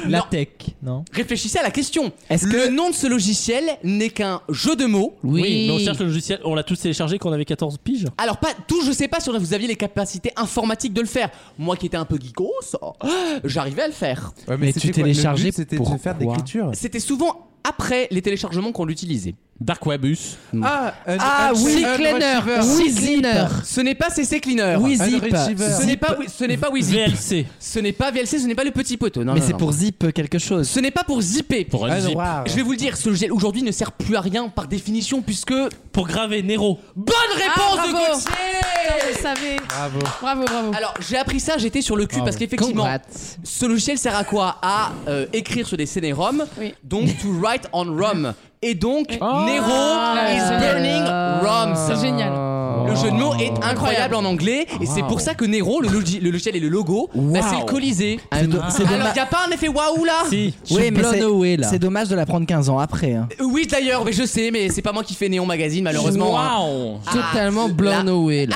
La
Non.
tech, non
Réfléchissez à la question. le nom de ce logiciel n'est qu'un jeu de mots
Oui. mais on cherche le logiciel, on l'a tous téléchargé quand on avait 14 piges.
Alors pas tout, je sais pas si vous aviez les capacités informatiques de le faire. Moi qui étais un peu geekos, oh, [GASPS] j'arrivais à le faire.
Ouais, mais Mais c'était tu quoi, le téléchargeais but, c'était de pourquoi faire de l'écriture
C'était souvent après les téléchargements qu'on l'utilisait.
Dark Webus.
Ah, un-
ah
un-
oui,
un-
Cleaner,
un-
Cleaner. Ce n'est pas CC Cleaner.
Ah,
Wizip.
Ce n'est pas, ce n'est pas Wizip.
VLC.
Ce n'est pas VLC, ce n'est pas le petit poteau. Non,
Mais
non,
c'est
non.
pour zip quelque chose.
Ce n'est pas pour zipper.
Pour un zip.
Ah. Je vais vous le dire, ce gel aujourd'hui ne sert plus à rien par définition puisque.
Pour graver Nero.
Bonne réponse
Ah,
de
bravo.
Gauthier
Je le savais.
Bravo.
Bravo, bravo.
Alors, j'ai appris ça, j'étais sur le cul
Ah
Bravo.
parce qu'effectivement,
Congrats.
ce logiciel sert à quoi À euh, écrire sur des CD-ROM, donc to write on ROM. Et donc, Nero
Ah,
is
génial.
burning ROMs.
C'est génial.
Oh. Ah.
Le jeu de mots est incroyable en anglais et c'est pour ça que Nero, le, logi- le logiciel et le logo, bah, c'est le Colisée.
Ah, C'est do- c'est
Alors,
dommage.
il n'y a pas un effet waouh là
Oui, mais c'est-
là.
c'est dommage de la prendre 15 ans après. hein.
Euh, Oui, d'ailleurs, mais je sais, mais c'est pas moi qui fais Néon Magazine, malheureusement.
Waouh.
Ah,
Totalement
là.
blown away là.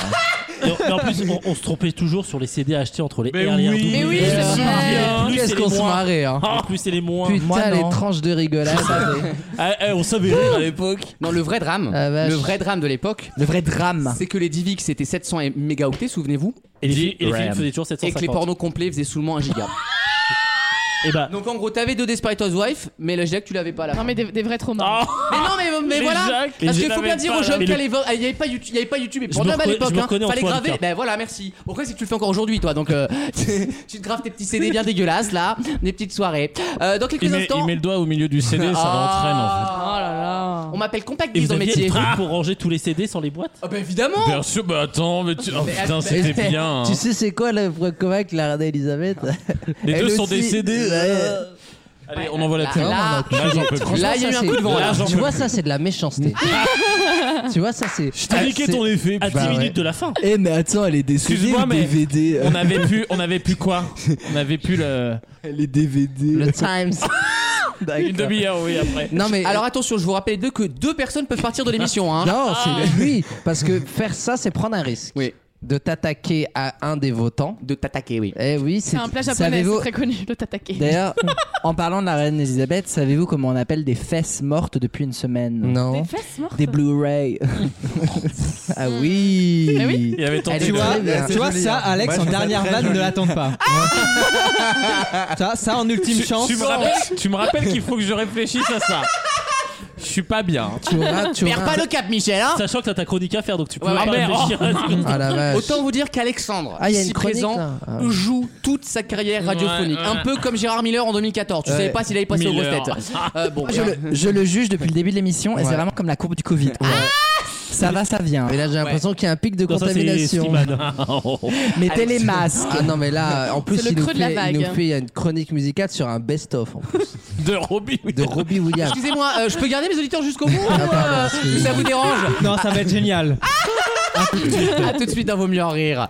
Et en- et en plus, on, on se trompait toujours sur les CD achetés entre les
Mais
R et
oui.
RW.
Mais oui, je me souviens.
Ah,
Qu'est-ce
c'est
qu'on
les
se
moins.
marrait, hein.
Ah, plus c'est les moins.
Putain, les tranches
[LAUGHS]
de rigolade.
Ah, eh, on savait rire à l'époque.
Non, le vrai drame,
Ah, vache. Ah,
le vrai drame de l'époque,
le vrai drame,
c'est que les Divix c'était 700 et- mégaoctets, souvenez-vous,
Et les fi- et les films faisaient toujours
et que les
750.
pornos complets faisaient seulement 1
[LAUGHS]
giga.
Et bah.
Donc en gros, t'avais deux Desperate Housewives, mais le Jack tu l'avais pas là.
Ah.
Non, mais des, des vrais traumas.
Mais non, mais, mais
Les
voilà!
Jacques,
Parce
je
qu'il faut bien
l'avais
dire
pas,
aux
là.
jeunes
Mais
qu'à
le-
l'époque, il n'y avait pas YouTube, il y avait pas YouTube, et
Je
pour
me
même à
reconnais-
l'époque,
je me
hein,
reconnais en
fallait
toi,
graver.
Lucas.
Ben voilà, merci. Pourquoi c'est que tu le fais encore aujourd'hui, toi? Donc euh, [LAUGHS] tu te graves tes petits CD
[LAUGHS]
bien dégueulasses là, des petites soirées. Euh, dans quelques
Il met,
instants.
il met le doigt au milieu du CD, ça l'entraîne en fait.
Oh
On m'appelle Compact
Et
Disc
vous
dans le
aviez
Ah. métier.
des trucs pour ranger tous les CD sans les boîtes
Ah bah évidemment
Bien sûr, bah attends, mais tu... oh,
Mais
putain,
attends,
c'était
Eh,
bien. hein. Ah.
Tu sais, c'est quoi le point commun avec la reine Elisabeth [LAUGHS]
les
Elle
deux sont
aussi-
des CD.
Ouais.
Allez, on envoie la
Là,
télé.
là,
Là, j'en peux plus.
Là, il y a eu un coup de vent.
Là, j'en
[LAUGHS] Tu
peux
vois,
plus.
ça, c'est de la [LAUGHS] méchanceté. Tu vois, ça, c'est.
Je t'ai niqué ton effet. À 10
Bah ouais.
minutes de la fin.
Eh, mais attends, elle est décédée.
Excuse-moi,
le
mais
DVD.
Euh,
on avait pu, on avait pu quoi On avait pu le.
Les DVD.
Le Times.
Une demi-heure, oui, après.
Non, mais- euh,
Alors attention, je vous rappelle deux que deux personnes peuvent partir de l'émission. Hein.
[LAUGHS] Non,
[LAUGHS]
c'est lui. Parce que faire ça, c'est prendre un risque. De t'attaquer à un des votants.
De t'attaquer, oui.
Eh oui,
C'est un plat japonais,
savez-vous-
c'est très connu, le
[LAUGHS]
tatake.
D'ailleurs, en parlant de la reine Elisabeth, savez-vous comment on appelle des fesses mortes depuis une semaine
Non.
Des fesses mortes
Des
[LAUGHS]
Blu-ray. ah
Hmm.
oui.
Ben
Mais oui.
Il avait tenté
Elle est
de-
très
Ouais,
bien.
c'est joli, hein. Moi, je trouve ça très joli.
pas.
Ah.
ça, ça, en
Tu,
ultime
tu
chance.
me rappelles, tu me rappelles qu'il faut que je réfléchisse à ça. Je suis pas bien.
Tu auras- tu
Perds
auras-
pas le cap, Michel. Hein
Sachant que t'as ta chronique à faire, donc tu peux
Ouais,
pas
ouais.
réfléchir à ça.
Ah la vache.
Autant vous dire qu'Alexandre,
Ah, il y a une
ici
chronique,
présent,
là. Ah ouais.
joue toute sa carrière radiophonique.
Ouais, ouais.
Un peu comme Gérard Miller en 2014. Tu
Ouais.
savais pas s'il allait passer aux grosses
Miller.
Ah,
têtes. Euh, bon,
Je
bien.
le, je le juge depuis le début de l'émission et
Ouais.
c'est vraiment comme la courbe du Covid. Ça va, ça vient.
Mais là, j'ai l'impression qu'il y a un pic de
Non, ça, c'est
[LAUGHS] contamination.
Slimane.
Mettez les
masques.
Ah non, mais là, en plus,
C'est le
il nous,
creux de la
fait, il
vague.
nous fait une chronique musicale sur un best-of en plus.
De Robbie Williams.
De Robbie Williams.
Excusez-moi, euh, je peux garder mes auditeurs jusqu'au bout ou, euh,
Ah, excusez-moi.
ou ça vous dérange
Non, ça va être génial.
A tout de suite dans Vaut mieux en rire.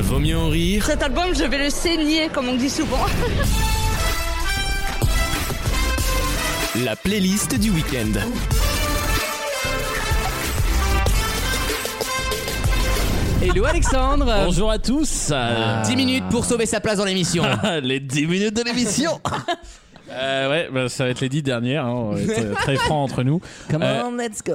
Vaut mieux en rire.
Cet album, je vais le saigner, comme on dit souvent.
[LAUGHS] La playlist du week-end.
Hello Alexandre
[LAUGHS]
Oh,
Bonjour à tous
ah.
euh,
10 minutes pour sauver sa place dans l'émission.
[LAUGHS] les 10 minutes de l'émission Euh, ouais, bah, ça va être les 10 dernières, hein, on va être très franc entre nous.
Come
Euh,
on, let's go.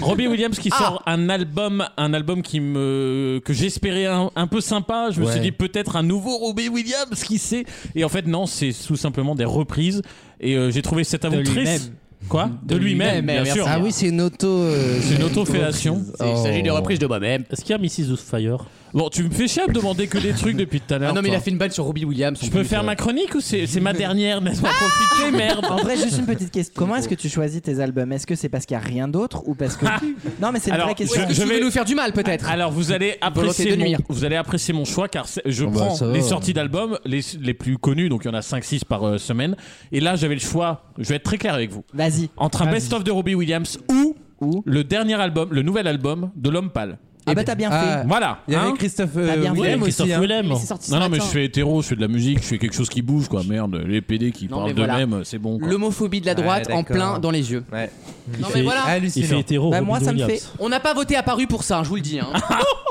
Robbie Williams qui
Ah.
sort un album, un album qui me que j'espérais un, un peu sympa. Je me
Ouais.
suis dit peut-être un nouveau Robbie Williams, qui sait. Et en fait non, c'est tout simplement des reprises. Et euh, j'ai trouvé cet album très
lui-même.
quoi de, lui-même, bien sûr.
Ah oui, c'est une auto. euh,
C'est une auto-fellation.
Oh.
de moi-même.
Est-ce qu'il y a Mrs. Fire Bon, tu me fais chier à me demander que des trucs depuis tout à l'heure.
Ah non, mais il
toi.
a fait une balle sur Robbie Williams.
Je peux faire ma chronique ou c'est c'est ma dernière [LAUGHS] Laisse-moi profiter, merde
En vrai, juste une petite question. Comment est-ce que tu choisis tes albums Est-ce que c'est parce qu'il n'y a rien d'autre ou parce que [LAUGHS] Non, mais c'est une
Alors,
vraie question.
je- je vais nous
faire du mal peut-être.
Alors vous allez
de
apprécier mon,
nuire.
vous allez apprécier mon choix car c'est- je
Oh bah,
prends
ça va.
les sorties d'albums les, les plus connues donc il y en a 5 6 par euh, semaine et là j'avais le choix, je vais être très clair avec vous.
Vas-y.
Entre un best of de Robbie Williams ou, le dernier album, le nouvel album de L'homme pâle.
Ah
Et-
bah, t'as bien fait.
Voilà.
Il y avait
Hein
Christophe
T'as
euh,
bien fait.
Willem aussi.
Christophe
hein.
Willem. Non, non, mais je fais hétéro, je fais de la musique, je fais quelque chose qui bouge, quoi. Merde, les PD qui
Non, mais
parlent
voilà.
d'eux-mêmes, c'est bon. quoi.
L'homophobie de la droite
Ouais,
en
d'accord.
plein dans les yeux. Non
Il
mais
fait
voilà.
hallucinant. Il fait hétéro, Bah, Robbie moi, ça me Williams. fait-
On n'a pas voté à paru pour ça, hein, je vous le dis. hein.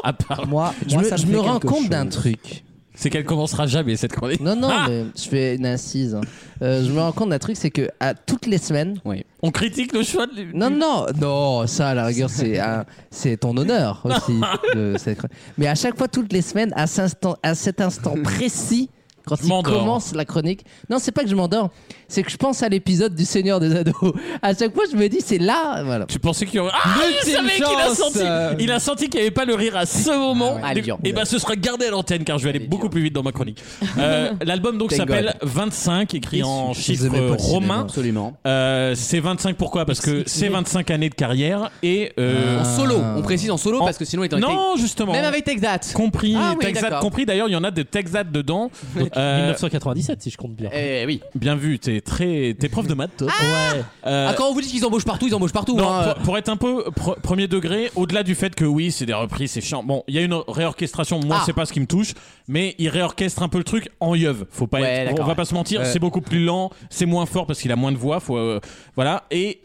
À part-
Moi, je
moi,
me,
ça me
je
fait
me rends
quelque
compte
chose.
d'un truc.
C'est qu'elle commencera jamais cette chronique.
Non, non,
Ah
mais je fais une incise. hein. Euh, je me rends compte d'un truc, c'est que à toutes les semaines.
On critique le choix de.
Non, non, non, ça à la rigueur, c'est un- c'est ton honneur aussi. de cette chronique. Mais à chaque fois, toutes les semaines, à, cet instant- à cet instant précis, quand il
m'endors.
commence la chronique, non, c'est pas que je m'endors, c'est que je pense à l'épisode du Seigneur des ados. [LAUGHS] À chaque fois, je me dis, c'est là, voilà.
Tu pensais qu'il y aurait. Ah, il
L'ultime
savait qu'il a
chance,
senti.
euh.
Il a senti qu'il n'y avait pas le rire à ce moment.
Ah ouais. Allez,
Et ben, ce sera gardé à l'antenne car je vais aller beaucoup plus vite dans ma chronique.
[LAUGHS]
Euh, L'album donc
Thank
s'appelle
God.
25, écrit en
Je
chiffres
vous aimais pas le cinéma.
romains.
Absolument.
Euh, c'est 25 pourquoi Parce que c'est 25 années de carrière et euh,
Ah. En solo, on précise en solo
En-
parce que sinon il est
Non, justement.
Même avec Texat.
Compris,
Ah oui,
Texas
d'accord.
compris. D'ailleurs, il y en a des Texas
[LAUGHS]
dedans. Euh,
1997, si je compte bien.
Eh oui.
Bien vu, t'es très, t'es prof de maths. Toi. ouais. Euh,
Ah, quand on vous dit qu'ils embauchent partout, ils embauchent partout.
Non,
hein.
pour, pour être un peu pr- premier degré, au-delà du fait que oui, c'est des reprises, c'est chiant. Bon, il y a une réorchestration, moi,
Ah.
c'est pas ce qui me touche, mais il réorchestre un peu le truc en yeuve. Faut pas
Ouais,
être- on
d'accord,
va
ouais.
pas se mentir,
Ouais.
c'est beaucoup plus lent, c'est moins fort parce qu'il a moins de voix, faut euh, voilà et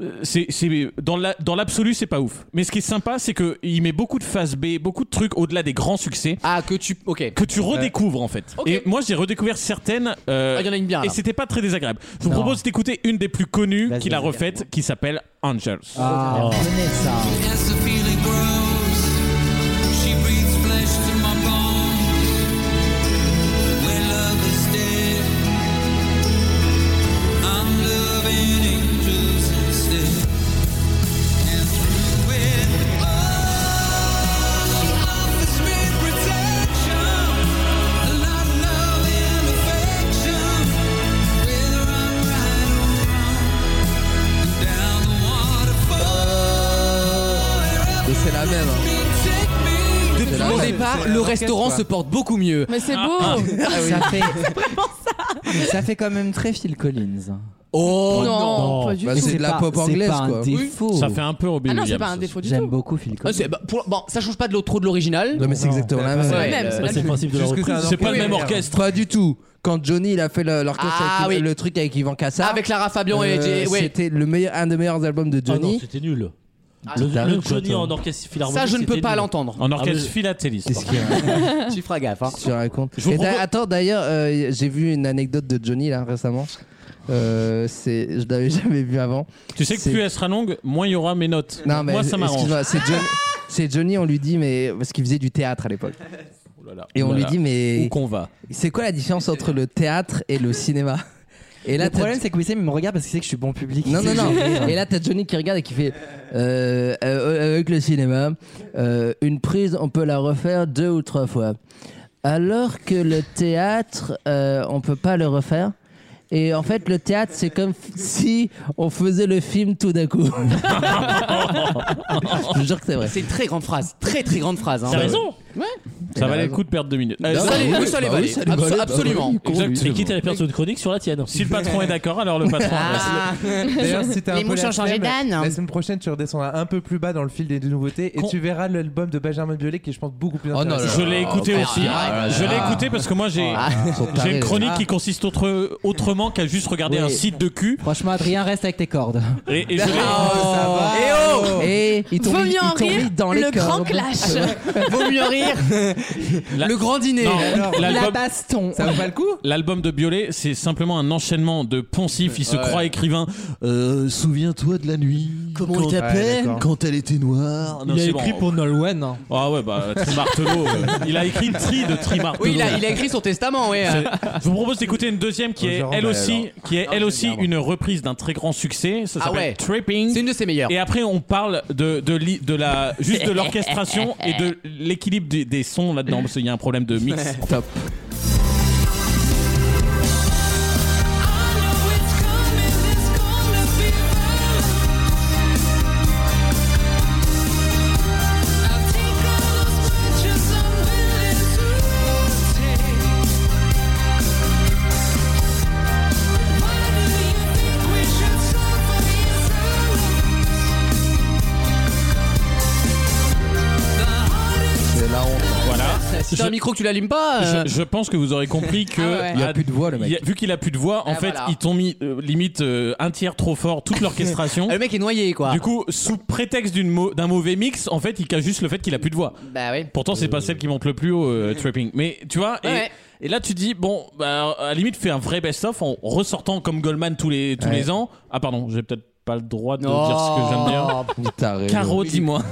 euh, c'est c'est- dans la- dans l'absolu c'est pas ouf mais ce qui est sympa c'est que il met beaucoup de phase B beaucoup de trucs au-delà des grands succès
ah que tu ok
que tu redécouvres en fait
Ok.
et moi j'ai redécouvert certaines euh,
Ah, il y en a une bien,
et
là.
c'était pas très désagréable je vous
Non.
propose d'écouter une des plus connues qu'il a
vas-y.
refaite qui s'appelle Angels
Ah, connais ça.
As the feeling grows, she breathes flesh to my bones. When love is dead, I'm loving angels instead. And through it all, she offers me protection, a lot of love and affection. Whether I'm right or wrong, down the waterfall.
Mais c'est la même. hein.
Depuis
C'est la
le
même.
départ,
C'est la
le
même
restaurant
orchestre,
se porte beaucoup mieux.
Mais c'est beau.
ça fait ça fait quand même très Phil Collins.
Oh
non,
pas du
Bah,
tout.
C'est
C'est de la
pas-
pop
c'est
anglaise,
pas
quoi.
Un
Oui.
défaut.
Oh.
Ça fait un peu Robbie
Ah non, c'est Williams, pas un ça. défaut du
J'aime
tout.
beaucoup Phil
Ah,
Collins.
c'est- bah, pour- bon, ça change pas de l'autre trop de l'original. Non, mais c'est exactement
la même.
C'est
Ouais,
la même,
euh,
c'est
bah,
la
c'est le
même.
principe de la Juste que reprise. c'est un orchestre. Pas du tout. Quand Johnny il a fait le- l'orchestre
Ah
avec
oui.
le truc avec Yvan Cassar.
Avec Clara Fabian et- et- ouais.
C'était le meilleur, un des meilleurs albums
Ah
de Johnny.
c'était nul.
Ah,
Le,
c'est un
le
autre
Johnny
chose,
en
hein.
orchestre philharmonique.
Ça, je ne peux
c'était
pas
nul.
l'entendre.
En orchestre
Ah, mais-
philatéliste.
Qu'est-ce qu'il y a
Tu feras gaffe.
Ah.
hein.
Tu racontes.
Je vous
Et d'a-
propose-
Attends, d'ailleurs, euh, j'ai vu une anecdote de Johnny là récemment. Euh, c'est, je l'avais [LAUGHS] jamais vu avant.
Tu sais que
C'est-
plus elle sera longue, moins il y aura mes notes.
Non, mais
Moi, ça m'arrange.
excuse-moi, C'est Johnny, c'est Johnny, on lui dit, mais. Parce qu'il faisait du théâtre à l'époque. Et on
Voilà.
lui dit, mais.
Où qu'on va
C'est quoi la différence entre le théâtre et le cinéma Et là,
le
t'as-
problème c'est que Wissem il me regarde parce qu'il sait que je suis bon public.
Non, non, non. Et là, t'as Johnny qui regarde et qui fait euh, euh, avec le cinéma, euh, une prise, on peut la refaire deux ou trois fois. Alors que le théâtre, euh, on peut pas le refaire. Et en fait, le théâtre, c'est comme f- si on faisait le film tout d'un coup. Je jure que c'est vrai.
C'est une très grande phrase, très très grande phrase. hein.
T'as raison.
Ouais.
Ça valait le coup de perdre deux minutes.
Non, ça allait- Bah oui, ça allait valer. Abso- absolument.
Exactement.
Et quitte à la perdre une chronique sur la tienne.
Si le patron est d'accord, alors le patron.
Ah.
D'ailleurs, si t'as un
Les
peu
mouches
la
ont changé
flemme,
d'âne.
La semaine prochaine, tu redescendras un peu plus bas dans le fil des deux nouveautés et tu verras l'album de Benjamin Biolay qui est, je pense, beaucoup plus
Oh non,
intéressant.
je l'ai écouté aussi. je l'ai écouté parce que moi j'ai
Ah, ils sont
j'ai
tarés,
une chronique
les
qui
gars.
consiste autre- autrement qu'à juste regarder
Oui.
un site de cul.
Franchement, Adrien, reste avec tes cordes.
Et, et je
Oh,
l'ai-
Ah,
Oh. Eh
Et ils t'ont
Vaut
mis,
mieux en
ils t'ont
rire,
mis dans les
le grand
cordes.
clash.
Vaut mieux rire.
La-
Le grand dîner.
Non, l'album-
baston.
Ça vaut pas le coup
L'album de Biolay, c'est simplement un enchaînement de poncifs. Il se
Ouais.
croit écrivain. Euh, Souviens-toi de la nuit.
Comment
Quand-
il t'appelle
Ouais, d'accord. Quand elle était noire. Non,
Il a
c'est bon.
écrit pour Nolwenn. hein.
Ah ouais, [LAUGHS] bah, Trimartelo. euh, il a écrit Tri de Trimartelo.
Oui, il a, il euh, a écrit son testament, ouais.
Je vous propose d'écouter une deuxième qui est
Genre,
elle
bah,
aussi,
alors.
qui est elle aussi une reprise d'un très grand succès. Ça
Ah ouais.
s'appelle Tripping. C'est
une de ses meilleures.
Et après on parle de de, l'i- de la juste de
[LAUGHS]
l'orchestration et de l'équilibre des, des sons là-dedans parce qu'il y a un problème de mix.
Top.
C'est la honte.
Voilà.
Si t'as un
Je-
micro que tu l'allumes pas. euh,
Je, je pense que vous aurez compris que
Ah ouais. Il
y
y
a
a
plus de voix le mec. vu qu'il a plus de voix, en
Ah,
fait,
voilà.
ils t'ont mis euh, limite euh, un tiers trop fort
[LAUGHS]
toute l'orchestration.
Le mec est noyé, quoi.
Du coup, sous prétexte d'une mau- d'un mauvais mix, en fait, il cache juste le fait qu'il a plus de voix.
Bah oui.
Pourtant, c'est pas celle qui monte le plus haut, euh, Tripping. Mais tu vois, et,
Ouais.
et là, tu dis, bon, bah, à la limite, fais un vrai best-of en ressortant comme Goldman tous les, tous
Ouais.
les ans. Ah, pardon, j'ai peut-être pas le droit de
Non.
dire ce que je viens
[LAUGHS]
de
Oh,
dire.
Il t'arrête.
Caro, dis-moi.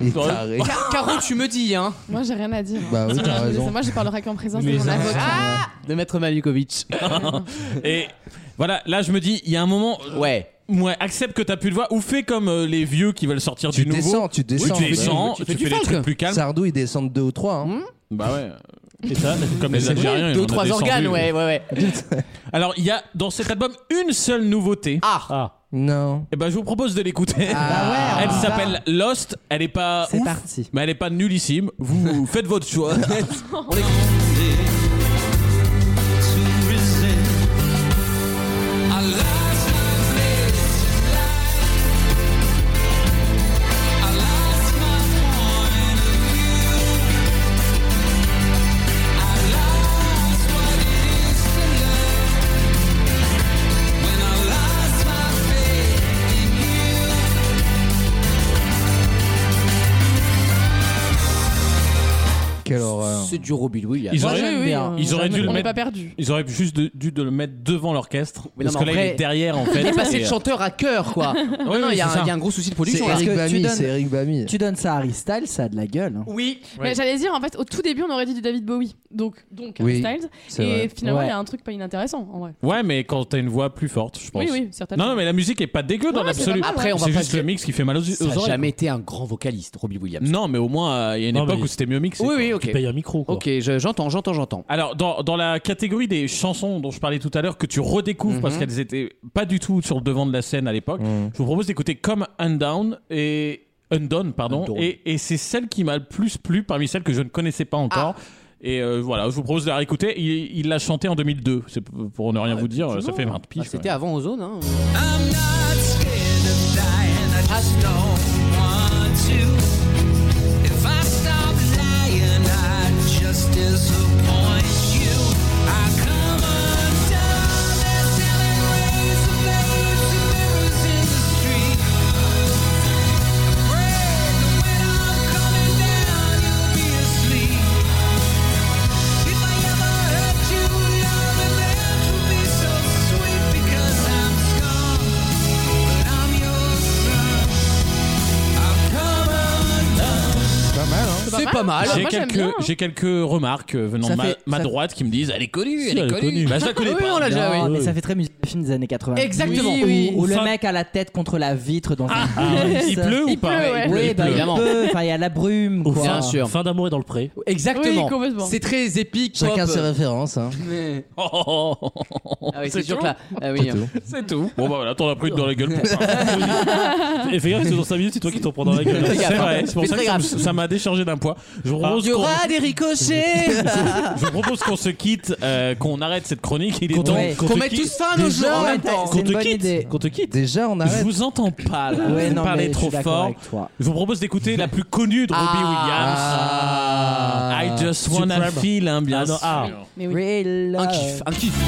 Il t'arrête.
Bah
Ca- Caro, tu me dis, hein.
Moi, j'ai rien à dire.
Bah oui, t'as raison.
Moi, je parlerai qu'en présence de
Mais
mon
ça,
avocat.
Ah De Maître Malikovic.
Eh et voilà, là je me dis, il y a un moment.
Ouais.
Ouais, accepte que t'as plus de voix ou fais comme euh, les vieux qui veulent sortir
Tu
du nouveau.
descends, tu descends.
Oui, tu descends, tu, fais des trucs plus calmes.
Sardou, il descend de 2 ou 3.
Bah ouais. Et ça, comme les
c'est vrai,
Algériens. ils
Deux
en
ou
ont
trois
descendu.
organes, ouais, ouais, ouais.
Alors, il y a dans cet album une seule nouveauté.
Ah,
Non.
Et ben, je vous propose de l'écouter.
Ah.
elle
Ah.
s'appelle Lost. Elle est pas.
C'est
ouf,
parti.
Mais elle est pas nullissime. Vous [LAUGHS] faites votre choix.
Quelle horreur.
Ah, C'est du Robin Williams.
Ils
Moi,
auraient,
j'aime bien.
ils auraient dû le
On n'est
mettre.
pas perdu.
Ils auraient juste de- dû de le mettre devant l'orchestre.
Mais non,
parce
mais
que là,
en vrai,
il est derrière en fait.
Il est passé
Et-
de chanteur à cœur, quoi. non, non,
euh, [LAUGHS] oui,
il y, a
c'est
un-
ça.
il y a un gros souci de production. hein. là.
C'est Eric
Parce que tu
Bami,
donnes-
c'est Eric Bami.
Tu donnes ça à Harry Styles, ça a de la gueule. hein.
Oui.
Mais j'allais dire, en fait, au tout début, on aurait dit du David Bowie. Donc, donc
Oui,
Harry Styles.
c'est
Et
vrai.
finalement, il y a
Ouais.
un truc pas inintéressant, en vrai.
euh, Ouais, mais quand t'as une voix plus forte, je pense.
Oui, oui, certainement.
Non, non, mais la musique est pas dégueu dans
Ouais,
l'absolu.
c'est pas mal,
Après, on va
C'est
pas
juste
se-
le mix qui fait mal aux,
Ça
aux
a
oreilles.
jamais été un grand vocaliste, Robbie Williams.
Non, mais au moins, euh, il y a une
Non,
époque
mais-
où c'était mieux mixé.
Oui,
quoi.
oui, ok.
micro,
Ok, je- j'entends, j'entends, j'entends.
Alors, dans, dans la catégorie des chansons dont je parlais tout à l'heure, que tu redécouvres parce
Mhm.
qu'elles étaient pas du tout sur le devant de la scène à l'époque, je vous propose d'écouter Comme Undown et Undone, pardon.
Undone.
Et, et c'est celle qui m'a le plus plu parmi celles que je ne connaissais pas encore.
Ah.
Et euh, voilà, je vous propose de la réécouter. Il il l'a chantée en 2002. C'est p- pour ne rien vous dire, ça fait 20 piges.
C'était avant Ozone, hein.
Come on.
pas mal.
J'ai
Moi, j'aime
quelques,
bien, hein.
j'ai quelques remarques euh, venant
Ça
de ma,
fait-
ma
ça-
droite qui me disent elle est connue,
Si,
elle, est connue. Bah, je la connais
[LAUGHS] Oui,
pas.
Ah,
on l'a déjà,
Non,
oui.
mais ça fait très musique de film des années 80.
Exactement.
Ou-
Oui, oui.
Ou, le
Fin-
mec à la tête contre la vitre dans un.
Ah, il pleut ou Il pas pleut, ouais.
Oui,
Il
bah,
pleut.
il
Évidemment.
pleut. Enfin, il y a la brume. Quoi.
Bien sûr.
Fin d'amour est dans le pré.
Exactement.
Oui, complètement.
c'est très épique.
Chacun
pop.
ses
[LAUGHS]
références, hein.
Mais- Ah oui,
C'est
c'est sûr
tout
que là. Ah oui,
C'est tout. Oh, C'est tout. Bon bah voilà, t'en as pris une dans la gueule. pour ça.
Et fais gaffe, parce que dans 5 minutes, c'est toi qui t'en prends dans la gueule.
C'est
Fais
vrai,
gaffe.
c'est pour
Fais
ça que
très
ça me-
gaffe.
ça m'a déchargé d'un poids. Je vous propose
Il y aura
qu'on-
des ricochets.
Je vous propose qu'on se quitte, euh, qu'on arrête cette chronique. Il est
Qu'on-
temps
ouais.
te
Qu'on mette
quitte.
tous fin à nos Déjà, jeux en même temps.
Qu'on
c'est
te
une bonne
quitte.
idée.
Qu'on te quitte.
[LAUGHS] Déjà, on
Je
arrête.
vous entends pas là.
Bah Ouais,
vous
non,
parlez
mais je
trop
suis d'accord
fort.
avec toi.
Je vous propose d'écouter la plus connue de Robbie Williams. I just wanna
Supreme.
feel, hein, bien
Ah, non, ah.
sûr.
Real love.
Un kiff, un kiff.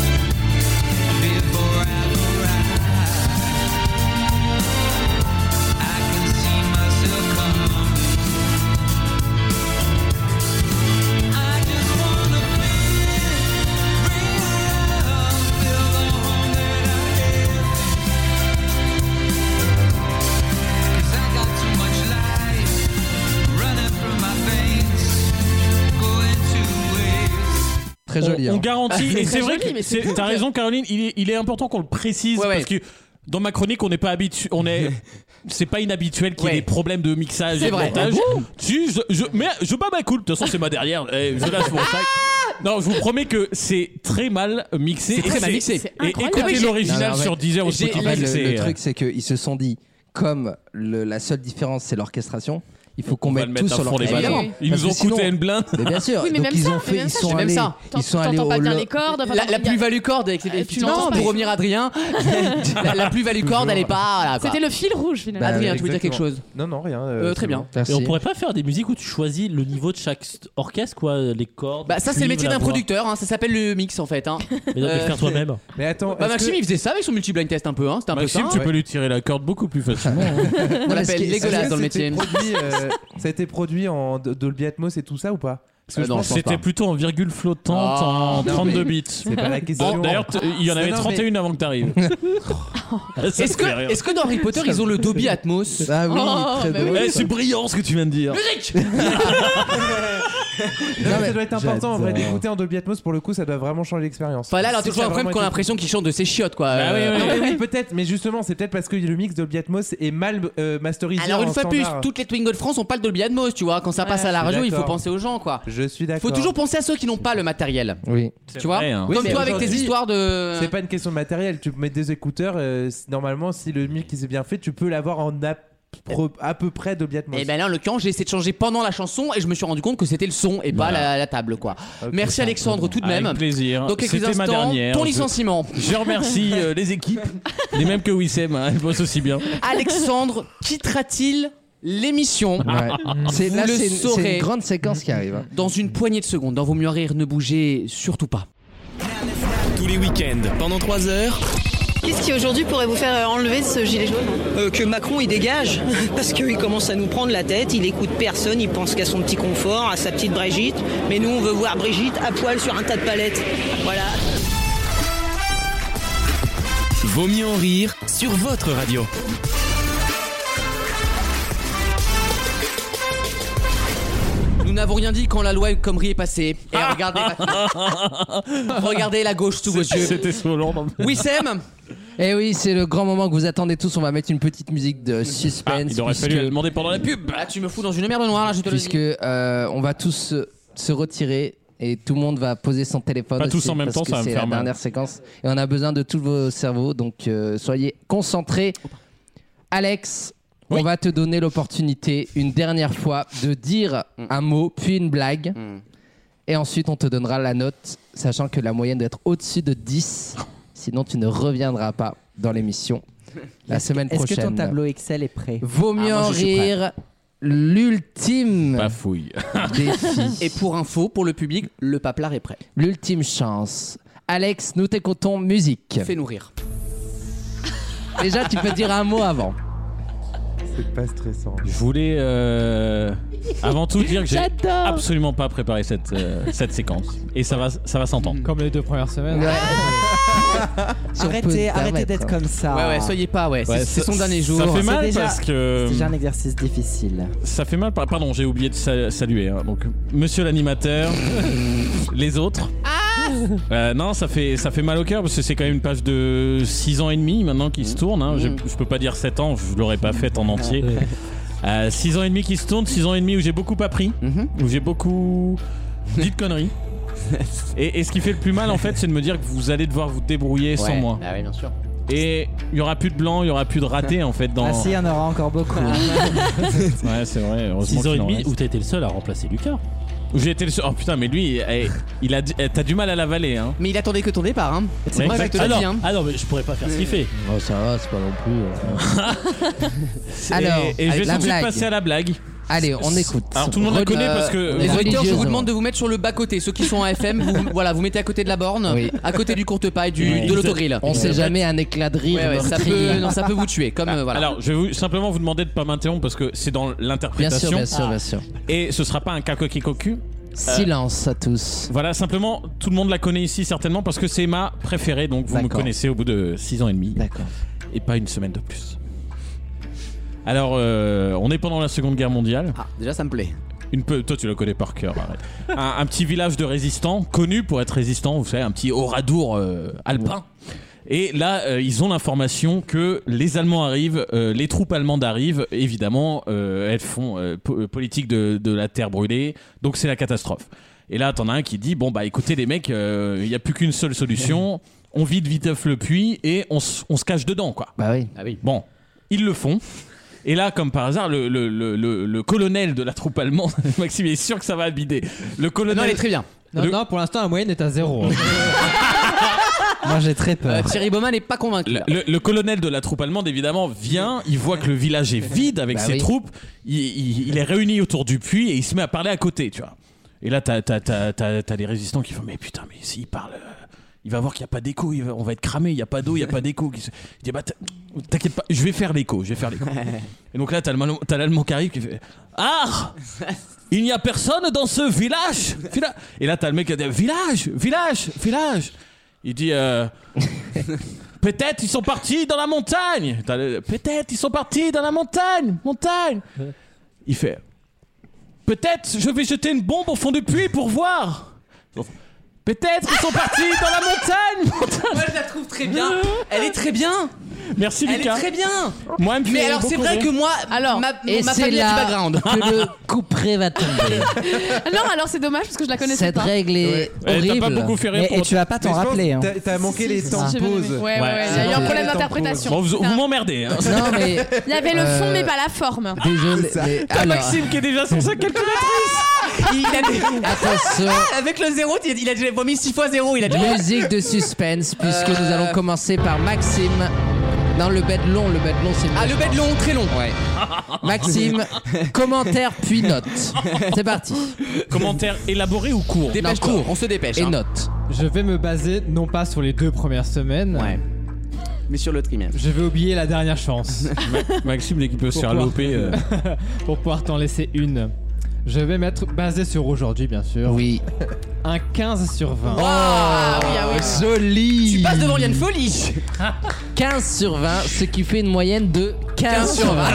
Très
On-
joli.
On,
hein.
Ah,
garantit. Et c'est
Très
vrai
joli,
que
mais c'est
c'est-
cool.
t'as raison, Caroline. Il est, il est important qu'on le précise
Ouais,
parce que dans ma chronique, on n'est pas habitué.
[LAUGHS]
On est. C'est pas inhabituel qu'il y ait
Ouais.
des problèmes de mixage
C'est
et de
vrai.
montage.
Ah
Si, je, je- mais je bats ma cool. De toute façon, c'est ma derrière. Eh, je lâche mon sac. Non, je vous promets que c'est très mal mixé.
Ah C'est
et
très mal mixé. C'est
Et
incroyable.
écoutez
J'ai-
Non,
l'original
mais en
sur
fait,
10 heures ou
j'ai- en fait,
Spotify.
le,
c'est-
le truc, c'est qu'ils se sont dit, comme le- la seule différence, c'est l'orchestration, il faut qu'on
va
mette
le
tout
mettre à
sur
fond les
l'orchestration.
ballons. Ils
Parce
nous
que
ont coûté
sinon-
une blinde.
Mais bien sûr.
Oui, mais
donc
même
ils
ça,
ont
mais
fait,
même
ils
ça,
sont
c'est même
allés,
ça.
ils sont allés
T'entends
au.
pas bien
lo-
les cordes. enfin,
La, la
t'entends- y a-
plus-value corde, avec-
Ah,
Euh, tu
effectivement,
l'entends pas.
pour revenir à
[LAUGHS]
Adrien, la, la plus-value corde, elle est pas. Voilà, quoi.
C'était le fil rouge
Bah,
finalement.
Adrien, tu veux dire quelque chose
Non, non, rien.
Euh, très bien.
Ah,
Et on pourrait pas faire des musiques où tu choisis le niveau de chaque st- orchestre, quoi, les cordes.
Bah, ça, c'est le
cuivre,
métier
la
d'un
voix.
producteur, hein, ça s'appelle le mix en
[LAUGHS]
fait. Hein.
Mais non, mais
Euh,
faire toi-même.
Mais attends.
Bah,
est-ce
Maxime,
que- Bah,
il faisait ça avec son multi-blind test un peu, hein, c'était un
Maxime,
peu ça.
tu peux lui tirer la corde beaucoup plus facilement.
On
Non, mais
l'appelle
est-ce que-
Legolas
est-ce que
dans le
c'était
métier.
produit,
[LAUGHS]
euh, ça a été produit en D- Dolby Atmos et tout ça ou pas Parce
Euh,
je
non,
pense-
je pense
[LAUGHS] C'était plutôt en virgule flottante
Oh,
en
Ah.
non, mais
32 bits.
c'est pas la question.
Bon, D'ailleurs, t- il y en
Non,
avait
non,
31 avant que
[LAUGHS]
t'arrives. Ça
Est-ce
me fait rire.
que, est-ce que dans Harry Potter,
Ça
ils ont
me
le
fait
Dolby
rire.
Atmos
Ah
oui,
Oh,
très
bah
drôle,
oui.
Eh, c'est brillant ce que tu viens de dire.
Musique
Non, mais ça doit être important en vrai
J'adore.
d'écouter en Dolby Atmos pour le coup, ça doit vraiment changer l'expérience.
Enfin là, alors
Si
t'es
ça
toujours
a
un
vraiment
qu'on a
été-
l'impression qu'il chante de ses chiottes quoi.
Bah oui,
Euh,
Non, mais oui, peut-être, mais justement, c'est peut-être parce que le mix Dolby Atmos est mal euh, masterisé.
Alors
en
une fois plus,
standard.
toutes les Twingo de France ont pas le Dolby Atmos, tu vois. Quand ça passe à la
Je suis
radio, il faut
d'accord.
penser aux gens quoi.
Je suis d'accord.
Faut toujours penser à ceux qui n'ont pas le matériel.
Oui.
Tu vois
vrai, hein.
Oui,
Comme
mais
toi avec tes
aujourd'hui,
histoires de.
C'est pas une question de matériel. Tu mets des écouteurs. euh, c- normalement, si le mix est bien fait, tu peux l'avoir en à, pro- à peu près Dolby Atmos.
Et ben là, en l'occurrence, j'ai essayé de changer pendant la chanson et je me suis rendu compte que c'était le son et pas la, la table quoi. Merci Alexandre tout de même.
Avec plaisir.
Donc quelques
C'était
instants,
ma dernière.
ton
Je-
licenciement.
Je remercie
[LAUGHS]
euh, les équipes, les mêmes que Wissem, hein, elles bossent aussi bien.
Alexandre quittera-t-il l'émission
Ah,
C'est-
Vous
Là,
le
c'est une- c'est
saurez
une grande séquence qui arrive. hein.
dans une poignée de secondes. Dans Vos mieux rire, ne bougez surtout pas.
Tous les week-ends, pendant 3 heures.
Qu'est-ce qui aujourd'hui pourrait vous faire enlever ce gilet jaune Que Macron il dégage, parce qu'il commence à nous prendre la tête, il écoute personne, il pense qu'à son petit confort, à sa petite Brigitte, mais nous on veut voir Brigitte à poil sur un tas de palettes. Voilà.
Vaut mieux en rire sur votre radio.
Nous n'avons rien dit quand la loi Comrie est passée. Et regardez, [LAUGHS] regardez la gauche sous vos yeux.
C'était Hollande.
Oui, Sam
Eh oui, c'est le grand moment que vous attendez tous. On va mettre une petite musique de suspense.
Ah,
Ben,
Il aurait fallu
puisque-
la demander pendant la pub.
Là, Ah, tu me fous dans une merde noire, là, je te le dis.
puisque euh, on va tous se, se retirer et tout le monde va poser son téléphone.
Pas
aussi,
tous en même
parce
temps,
que
ça va me
C'est
faire
la
mal.
dernière séquence et on a besoin de tous vos cerveaux, donc euh, soyez concentrés. Alex, on va te donner l'opportunité une dernière fois de dire
Mm.
un mot puis une blague. Et ensuite, on te donnera la note, sachant que la moyenne doit être au-dessus de 10. Sinon, tu ne reviendras pas dans l'émission la semaine
Est-ce
prochaine.
que ton tableau Excel est prêt
Vaut mieux
Ah, moi,
en
je suis prêt.
rire, l'ultime
fouille.
défi.
Et pour info, pour le public, le paplard est prêt.
L'ultime chance. Alex, nous t'écoutons musique.
Fais-nous rire.
Déjà, tu peux dire un mot avant.
C'est pas stressant.
Je voulais euh, avant tout dire que j'ai absolument pas préparé cette, euh, cette séquence. Et ça va, ça va s'entendre.
Comme les deux premières semaines.
Si on
Arrêtez,
peut le
arrêtez
permettre.
d'être comme ça.
Ouais, ouais, soyez pas, ouais. C'est- c'est son dernier jour.
Ça fait
C'est
mal
déjà-
parce que. euh,
C'est déjà un exercice difficile.
Ça fait mal. par- Pardon, j'ai oublié de sa- saluer. hein. Donc, monsieur l'animateur, les autres. Euh, non, ça fait, ça fait mal au cœur parce que c'est quand même une page de 6 ans et demi maintenant qui se tourne. hein. Je, je peux pas dire 7 ans, je l'aurais pas faite en entier. 6 ans et demi qui se tourne, 6 ans et demi où j'ai beaucoup appris, où j'ai beaucoup dit de conneries. Et, et ce qui fait le plus mal en fait, c'est de me dire que vous allez devoir vous débrouiller sans
Ouais,
moi.
Bah ouais, bien sûr.
Et il y aura plus de blanc, il y aura plus de raté en fait dans.
Ah si, il y en aura encore beaucoup.
[LAUGHS] Ouais, c'est vrai. Heureusement
6 ans
qu'il
et
en
demi
reste.
où t'as été le seul à remplacer Lucas.
Où J'ai été le seul. Oh putain, mais lui, eh, il a, du- eh, t'as du mal à l'avaler, hein.
Mais il attendait que ton départ, hein. C'est
Mais
pour ça que je te l'ai
exactement.
dit, hein.
Ah non, mais je pourrais pas faire ce qu'il fait.
Oh, ça va, c'est pas non plus.
Et-
Alors,
et, je
allez,
vais
la
tout de suite
blague.
passer à la blague.
Allez, on écoute. Euh,
Alors tout le monde la connaît parce que.
Les auditeurs, je vous demande de vous mettre sur le bas côté. Ceux qui sont à FM, vous, voilà, vous mettez à côté de la borne,
Oui.
à côté du courte paille, du,
Ouais.
de l'autogrill.
On sait jamais un éclat de rire.
Ouais, ouais, ça
meurtrier.
peut, non, ça peut vous tuer. Comme euh, voilà.
Alors, je vais vous- simplement vous demander de pas m'interrompre parce que c'est dans l'interprétation.
Bien sûr, bien sûr, bien
Et ce sera pas un cacoqui cocu.
Silence à tous.
Voilà, simplement, tout le monde la connaît ici certainement parce que c'est ma préférée, donc vous me
D'accord.
connaissez au bout de 6 ans et demi.
D'accord.
Et pas une semaine de plus. Alors, euh, on est pendant la Seconde Guerre mondiale.
Déjà, ça me plaît.
Une peu, toi, tu le connais par cœur. arrête. un, un petit village de résistants, connu pour être résistant, vous savez, un petit Oradour euh, alpin. Et là, euh, ils ont l'information que les Allemands arrivent, euh, les troupes allemandes arrivent. Évidemment, euh, elles font euh, po- euh, politique de, de la terre brûlée, donc c'est la catastrophe. Et là, t'en as un qui dit bon bah écoutez les mecs, euh, il n'y a plus qu'une seule solution. On vide viteuf le puits et on, s- on se cache dedans quoi.
Bah oui.
Bon, ils le font. Et là, comme par hasard, le, le- le- le- le colonel de la troupe allemande, [LAUGHS] Maxime, est sûr que ça va bider. Le colonel.
Non, elle est très bien.
Le-
pour l'instant, la moyenne est à
[LAUGHS]
zéro.
Moi, j'ai très
Ah.
Euh, Thierry Baumann n'est pas convaincu.
Le,
là.
le- le colonel de la troupe allemande, évidemment, vient, il voit que le village est vide avec
Bah
ses
oui.
troupes, il, il- il est réuni autour du puits et il se met à parler à côté, tu vois. Et là, t'as t'as- t'as- t'as- t'as les résistants qui font Mais putain, mais s'il parle, euh, il va voir qu'il n'y a pas d'écho, il va- on va être cramé, il n'y a pas d'eau, il n'y a pas d'écho. Il se- il dit Bah, t'in- t'inquiète pas, je vais faire l'écho, je vais faire l'écho. et donc là, t'as le Mano- t'as l'allemand qui arrive qui fait Ah Il n'y a personne dans ce village Villa- Et là, t'as le mec qui a dit Village, village, village Il dit euh, Peut-être ils sont partis dans la montagne. T'as le- Peut-être ils sont partis dans la montagne, montagne. Il fait. Peut-être je vais jeter une bombe au fond du puits pour voir. Peut-être ils sont partis dans la montagne. montagne.
Moi, je la trouve très bien. [LAUGHS] Elle est très bien.
Merci
Elle
Lucas.
est très bien.
Moi, elle me
Mais
fait
alors, c'est
beaucoup
vrai
rire.
que moi, alors, ma,
Et
ma
c'est
famille a du
là
background.
que le couperet va tomber.
non, alors c'est dommage parce que je la connaissais
Cette
pas.
règle est horrible.
Et, et tu vas pas t'en
Mais je pense
rappeler.
que
hein.
t'as- T'as manqué les temps
j'ai
de
bien
pause.
aimé. Ouais, ouais, ouais, il y a eu un problème d'interprétation.
Bon, vous, vous
Putain.
m'emmerdez.
[LAUGHS]
hein.
Non mais
Il y avait le fond,
Euh,
mais pas la forme.
désolé. mais
T'as
alors,
Maxime qui est déjà sur sa calculatrice.
Il a-
Attention.
Ah, Avec le zéro, il a- il a déjà vomi 6 fois zéro. Il a déjà.
Musique de suspense puisque
Euh.
nous allons commencer par Maxime. Non le bed long, le bed long c'est mieux,
Ah,
je
le bed
pense.
long, très long. [LAUGHS]
Ouais. Maxime, commentaire puis note. C'est parti.
Commentaire élaboré ou court
Dépêche
Non,
court, on se dépêche.
Et
hein.
note.
Je vais me baser non pas sur les deux premières semaines.
Ouais. Mais sur le trimestre.
Je vais oublier la dernière
[LAUGHS]
chance.
Ma- [LAUGHS] Maxime, dès qu'il peut se faire
Pourquoi
[LAUGHS]
loper. euh,
pour pouvoir t'en laisser une. Je vais mettre basé sur aujourd'hui bien sûr.
Oui.
Un 15 sur 20.
Ah oui, ah oui.
Joli.
Tu passes devant Yann Folie.
15 sur 20, ce qui fait une moyenne de 15, sur 20.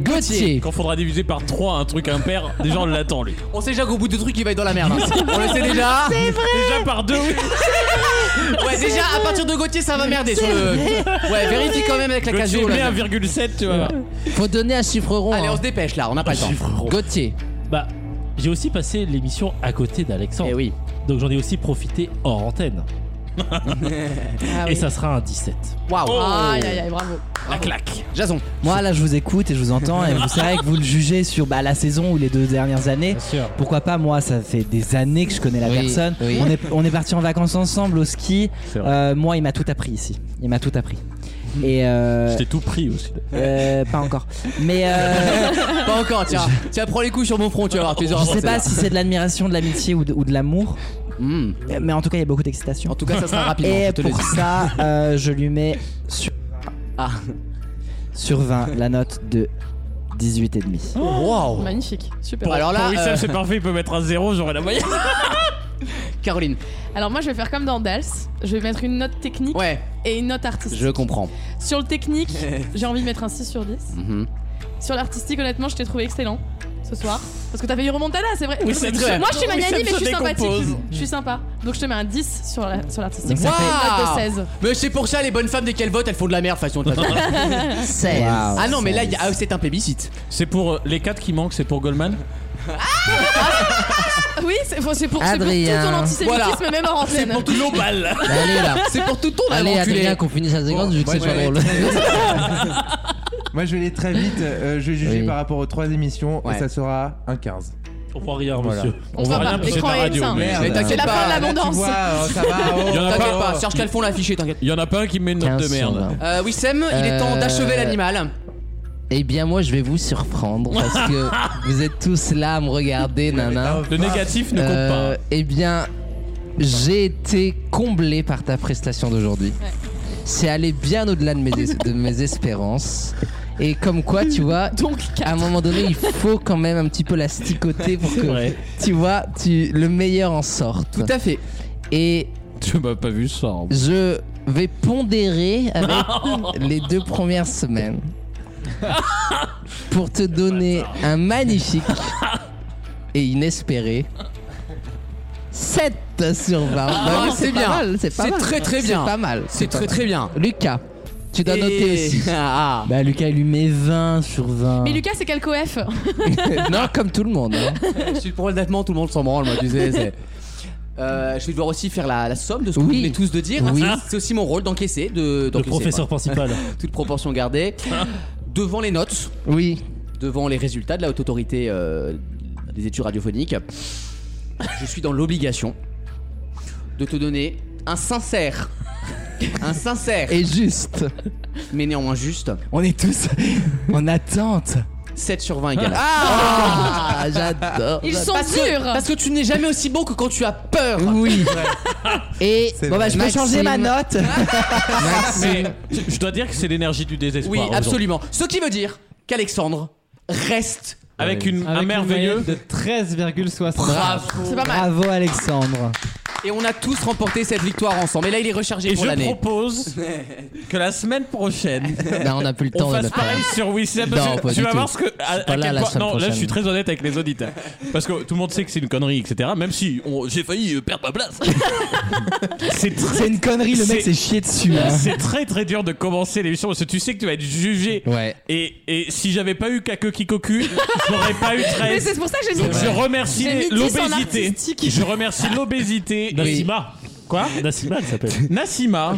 Gauthier.
Quand faudra diviser par 3 un truc impair, déjà on l'attend
[LAUGHS]
lui.
On sait déjà qu'au bout de truc, il va être dans la [LAUGHS] merde. hein. On le sait déjà.
Déjà par 2
Ouais, déjà, à partir de Gauthier, ça va merder sur le. Ouais, vérifie quand même avec la
Gauthier
casio.
met
là.
1,7 tu vois.
Faut donner un chiffre rond.
Allez,
hein.
on se dépêche là, on n'a pas le temps.
Gauthier.
Bah, j'ai aussi passé l'émission à côté d'Alexandre.
Eh oui.
Donc j'en ai aussi profité hors antenne.
Ah
Et
oui.
ça sera un 17.
Waouh.
Aïe, aïe, aïe, bravo.
La claque.
Jason.
Moi là je vous écoute et je vous entends et vous savez que vous le jugez sur bah, la saison ou les deux dernières années.
sûr.
Pourquoi pas moi ça fait des années que je connais la
Oui,
personne.
oui.
On est on est parti en vacances ensemble au ski.
C'est vrai.
Euh, moi il m'a tout appris ici. Il m'a tout appris. Et euh,
Je t'ai tout pris aussi.
euh, pas encore. Mais
[LAUGHS]
euh,
Pas encore, tiens. Tiens, prends les coups sur mon front, tu vas voir. Tu vas
Oh, je sais
voir,
pas
hein.
c'est-
si c'est de l'admiration, de l'amitié ou de, ou de l'amour.
Hmm.
Euh, Mais en tout cas il y a beaucoup d'excitation.
En tout cas, ça sera rapide.
Et
je te le
pour
dis.
ça euh, je lui mets sur
Ah.
sur 20 la note de 18 et demi.
Waouh.
Magnifique, super.
Bon, alors là,
Ah, oui, ça
euh,
c'est parfait, il peut mettre un 0, j'aurai la moyenne.
Caroline.
Alors moi je vais faire comme dans Dals, je vais mettre une note technique et une note artistique.
Je comprends.
Sur le technique, j'ai envie de mettre un 6 sur 10.
Mhm.
Sur l'artistique, honnêtement, je t'ai trouvé excellent ce soir. Parce que t'as fait du remontada, c'est vrai.
Oui, c'est vrai.
Moi, je suis
Oui, ça
magnanime
me
mais je suis
se
sympathique.
décompose.
Je suis sympa. Donc, je te mets un 10 sur la- sur l'artistique.
Waouh
Ça fait une note de 16.
Mais c'est pour ça, les bonnes femmes, dès qu'elles votent, elles font de la merde, façon de façon.
16.
Ah non, mais là, il y a- ah, c'est un plébiscite. C'est
euh,
pour les 4 qui manquent, c'est pour Goldman
Oui, c'est faut- c'est pour, c'est pour tout
Adrien.
ton antisémitisme,
Voilà.
même hors
C'est
antenne.
pour
tout global.
Allez, là.
C'est pour tout ton
Allez,
avant-culé.
Adrien, qu'on finisse à 50 vu que
moi,
c'est
je vais
pas
[LAUGHS]
aller
drôle.
Moi, je vais aller très vite. euh, je vais juger
Oui.
par rapport aux trois émissions
Ouais.
et ça sera un 15.
On voit rien,
Voilà.
monsieur.
On voit rien,
c'est la radio.
Merde. Mais t'inquiète
Ah,
C'est la
pas,
fin
bah,
là,
de
tu
l'abondance.
vois, euh, ça va, oh.
T'inquiète
Y en a pas.
pas, Serge Calfon l'a affiché, t'inquiète.
Il y en a pas un qui met une note de
15 sur
merde.
Euh, Wissem, il est temps
Euh,
d'achever l'animal.
Eh bien, moi, je vais vous surprendre
[LAUGHS]
parce que vous êtes tous là à me regarder, nana.
Le négatif ne compte
Euh, Eh bien, j'ai été comblé par ta prestation d'aujourd'hui. C'est allé bien au-delà de mes, de mes espérances. Et comme quoi,
[LAUGHS]
tu vois, à un moment donné, il faut quand même un petit peu la sticoter pour que, tu vois, tu, le meilleur en sorte. Tout
à fait.
Et
[LAUGHS] Tu m'as pas vu ça. en-
je vais pondérer avec les deux premières semaines pour te donner un magnifique et inespéré 7 sur 20.
Ah,
Bah oui,
c'est
pas
bien.
mal, C'est pas
C'est
mal.
très, très bien.
C'est pas mal.
C'est très, très bien.
Lucas, tu dois
Et-
noter aussi.
[LAUGHS] Ah.
Bah, Lucas, il lui met 20 sur 20.
Mais Lucas, c'est quel coef
Bah, euh, non, comme tout le monde. hein.
[LAUGHS] Je suis pour le datement, tout le monde s'en branle, moi, tu sais. c'est- Euh, je vais devoir aussi faire la, la somme de ce que vous venez tous de dire. Ah.
Oui.
C'est aussi mon rôle d'encaisser. De, d'encaisser,
professeur
voilà.
principal.
[LAUGHS]
Ah.
Toute proportion gardée. devant les notes.
Oui.
Devant les résultats de la haute autorité euh, des études radiophoniques. Je suis dans l'obligation de te donner un sincère. Un sincère.
Et juste.
Mais néanmoins juste.
On est tous en attente.
7 sur 20 également.
Ah, j'adore.
Ils sont
Parce que-
durs.
parce
que tu n'es jamais aussi bon que quand tu as peur. [LAUGHS]
Oui. Et
Bon, bah, je peux changer ma [LAUGHS] note.
Mais je je dois dire que c'est l'énergie du désespoir.
Oui,
aujourd'hui.
Bah, absolument. Ce qui veut dire qu'Alexandre reste
Avec une, un
Avec une
merveilleux.
moyenne de 13,60.
Bravo. C'est pas mal.
Bravo, Alexandre.
et on a tous remporté cette victoire ensemble. Et là, il est rechargé
Et
pour
je
l'année.
[LAUGHS] propose que la semaine prochaine,
Non, on a plus le temps
on
de
fasse
le faire.
pareil sur Wissem. parce
Non,
que
pas
tu
du
vas
tout.
voir ce que. à-
Je suis pas
à
là
quel
la
point-
semaine
non, là je suis
prochaine.
très honnête avec les auditeurs. Parce que tout le monde sait que c'est une connerie, etc. Même si on- j'ai failli euh, perdre ma
[LAUGHS]
place. c'est très-
C'est une connerie, le mec
c'est-
s'est chié dessus. hein.
C'est très très dur de commencer l'émission parce que tu sais que tu vas être jugé.
Ouais.
Et, et si j'avais pas eu Kake Kikoku, j'aurais pas eu 13.
Ah,
Mais c'est pour ça que j'ai mis-
Donc je remercie
J'ai mis 10 en
l'obésité.
artistique.
Je remercie l'obésité.
Nassima.
Quoi
Nassima, elle s'appelle.
Nassima.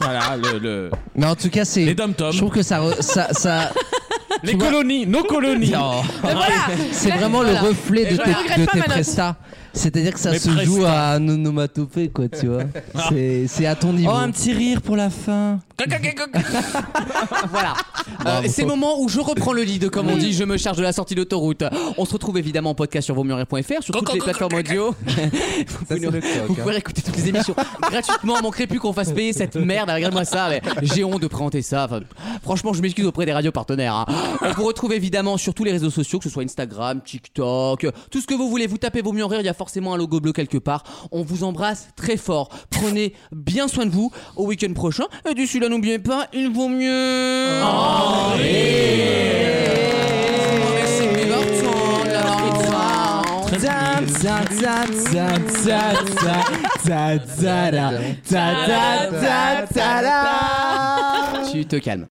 voilà, le. le-
Mais en tout cas, c'est.
Les dom-toms.
Je trouve que ça. re- ça, ça
Les colonies, nos colonies.
C'est vraiment le reflet de
Et je
tes,
regrette
de
pas
tes
ma note.
prestats. C'est-à-dire que ça
Mes
se joue à un onomatopée, quoi, tu vois. C'est- C'est à ton niveau.
Oh, un petit rire pour la fin.
[LAUGHS] voilà. Euh, c'est le moment où je reprends le lead, comme on dit, je me charge de la sortie d'autoroute. On se retrouve évidemment en podcast sur vosmurets.fr, sur toutes les plateformes audio. vous pouvez, nous- vous pouvez écouter toutes les émissions gratuitement. Manquerez plus qu'on fasse payer cette merde. Regarde-moi ça. mais J'ai honte de présenter ça. Enfin, franchement, je m'excuse auprès des radios partenaires. hein. On vous retrouve évidemment sur tous les réseaux sociaux, que ce soit Instagram, TikTok, tout ce que vous voulez. Vous tapez vos mieux en rire, il y a forcément un logo bleu quelque part. On vous embrasse très fort. Prenez bien soin de vous. Au week-end prochain. Et d'ici là, n'oubliez pas, il vaut mieux.
Zam, zam, zam, zam, zam, zam, zam, zam, zam, zam, zam, zam, zam, zam.
Tu te calmes.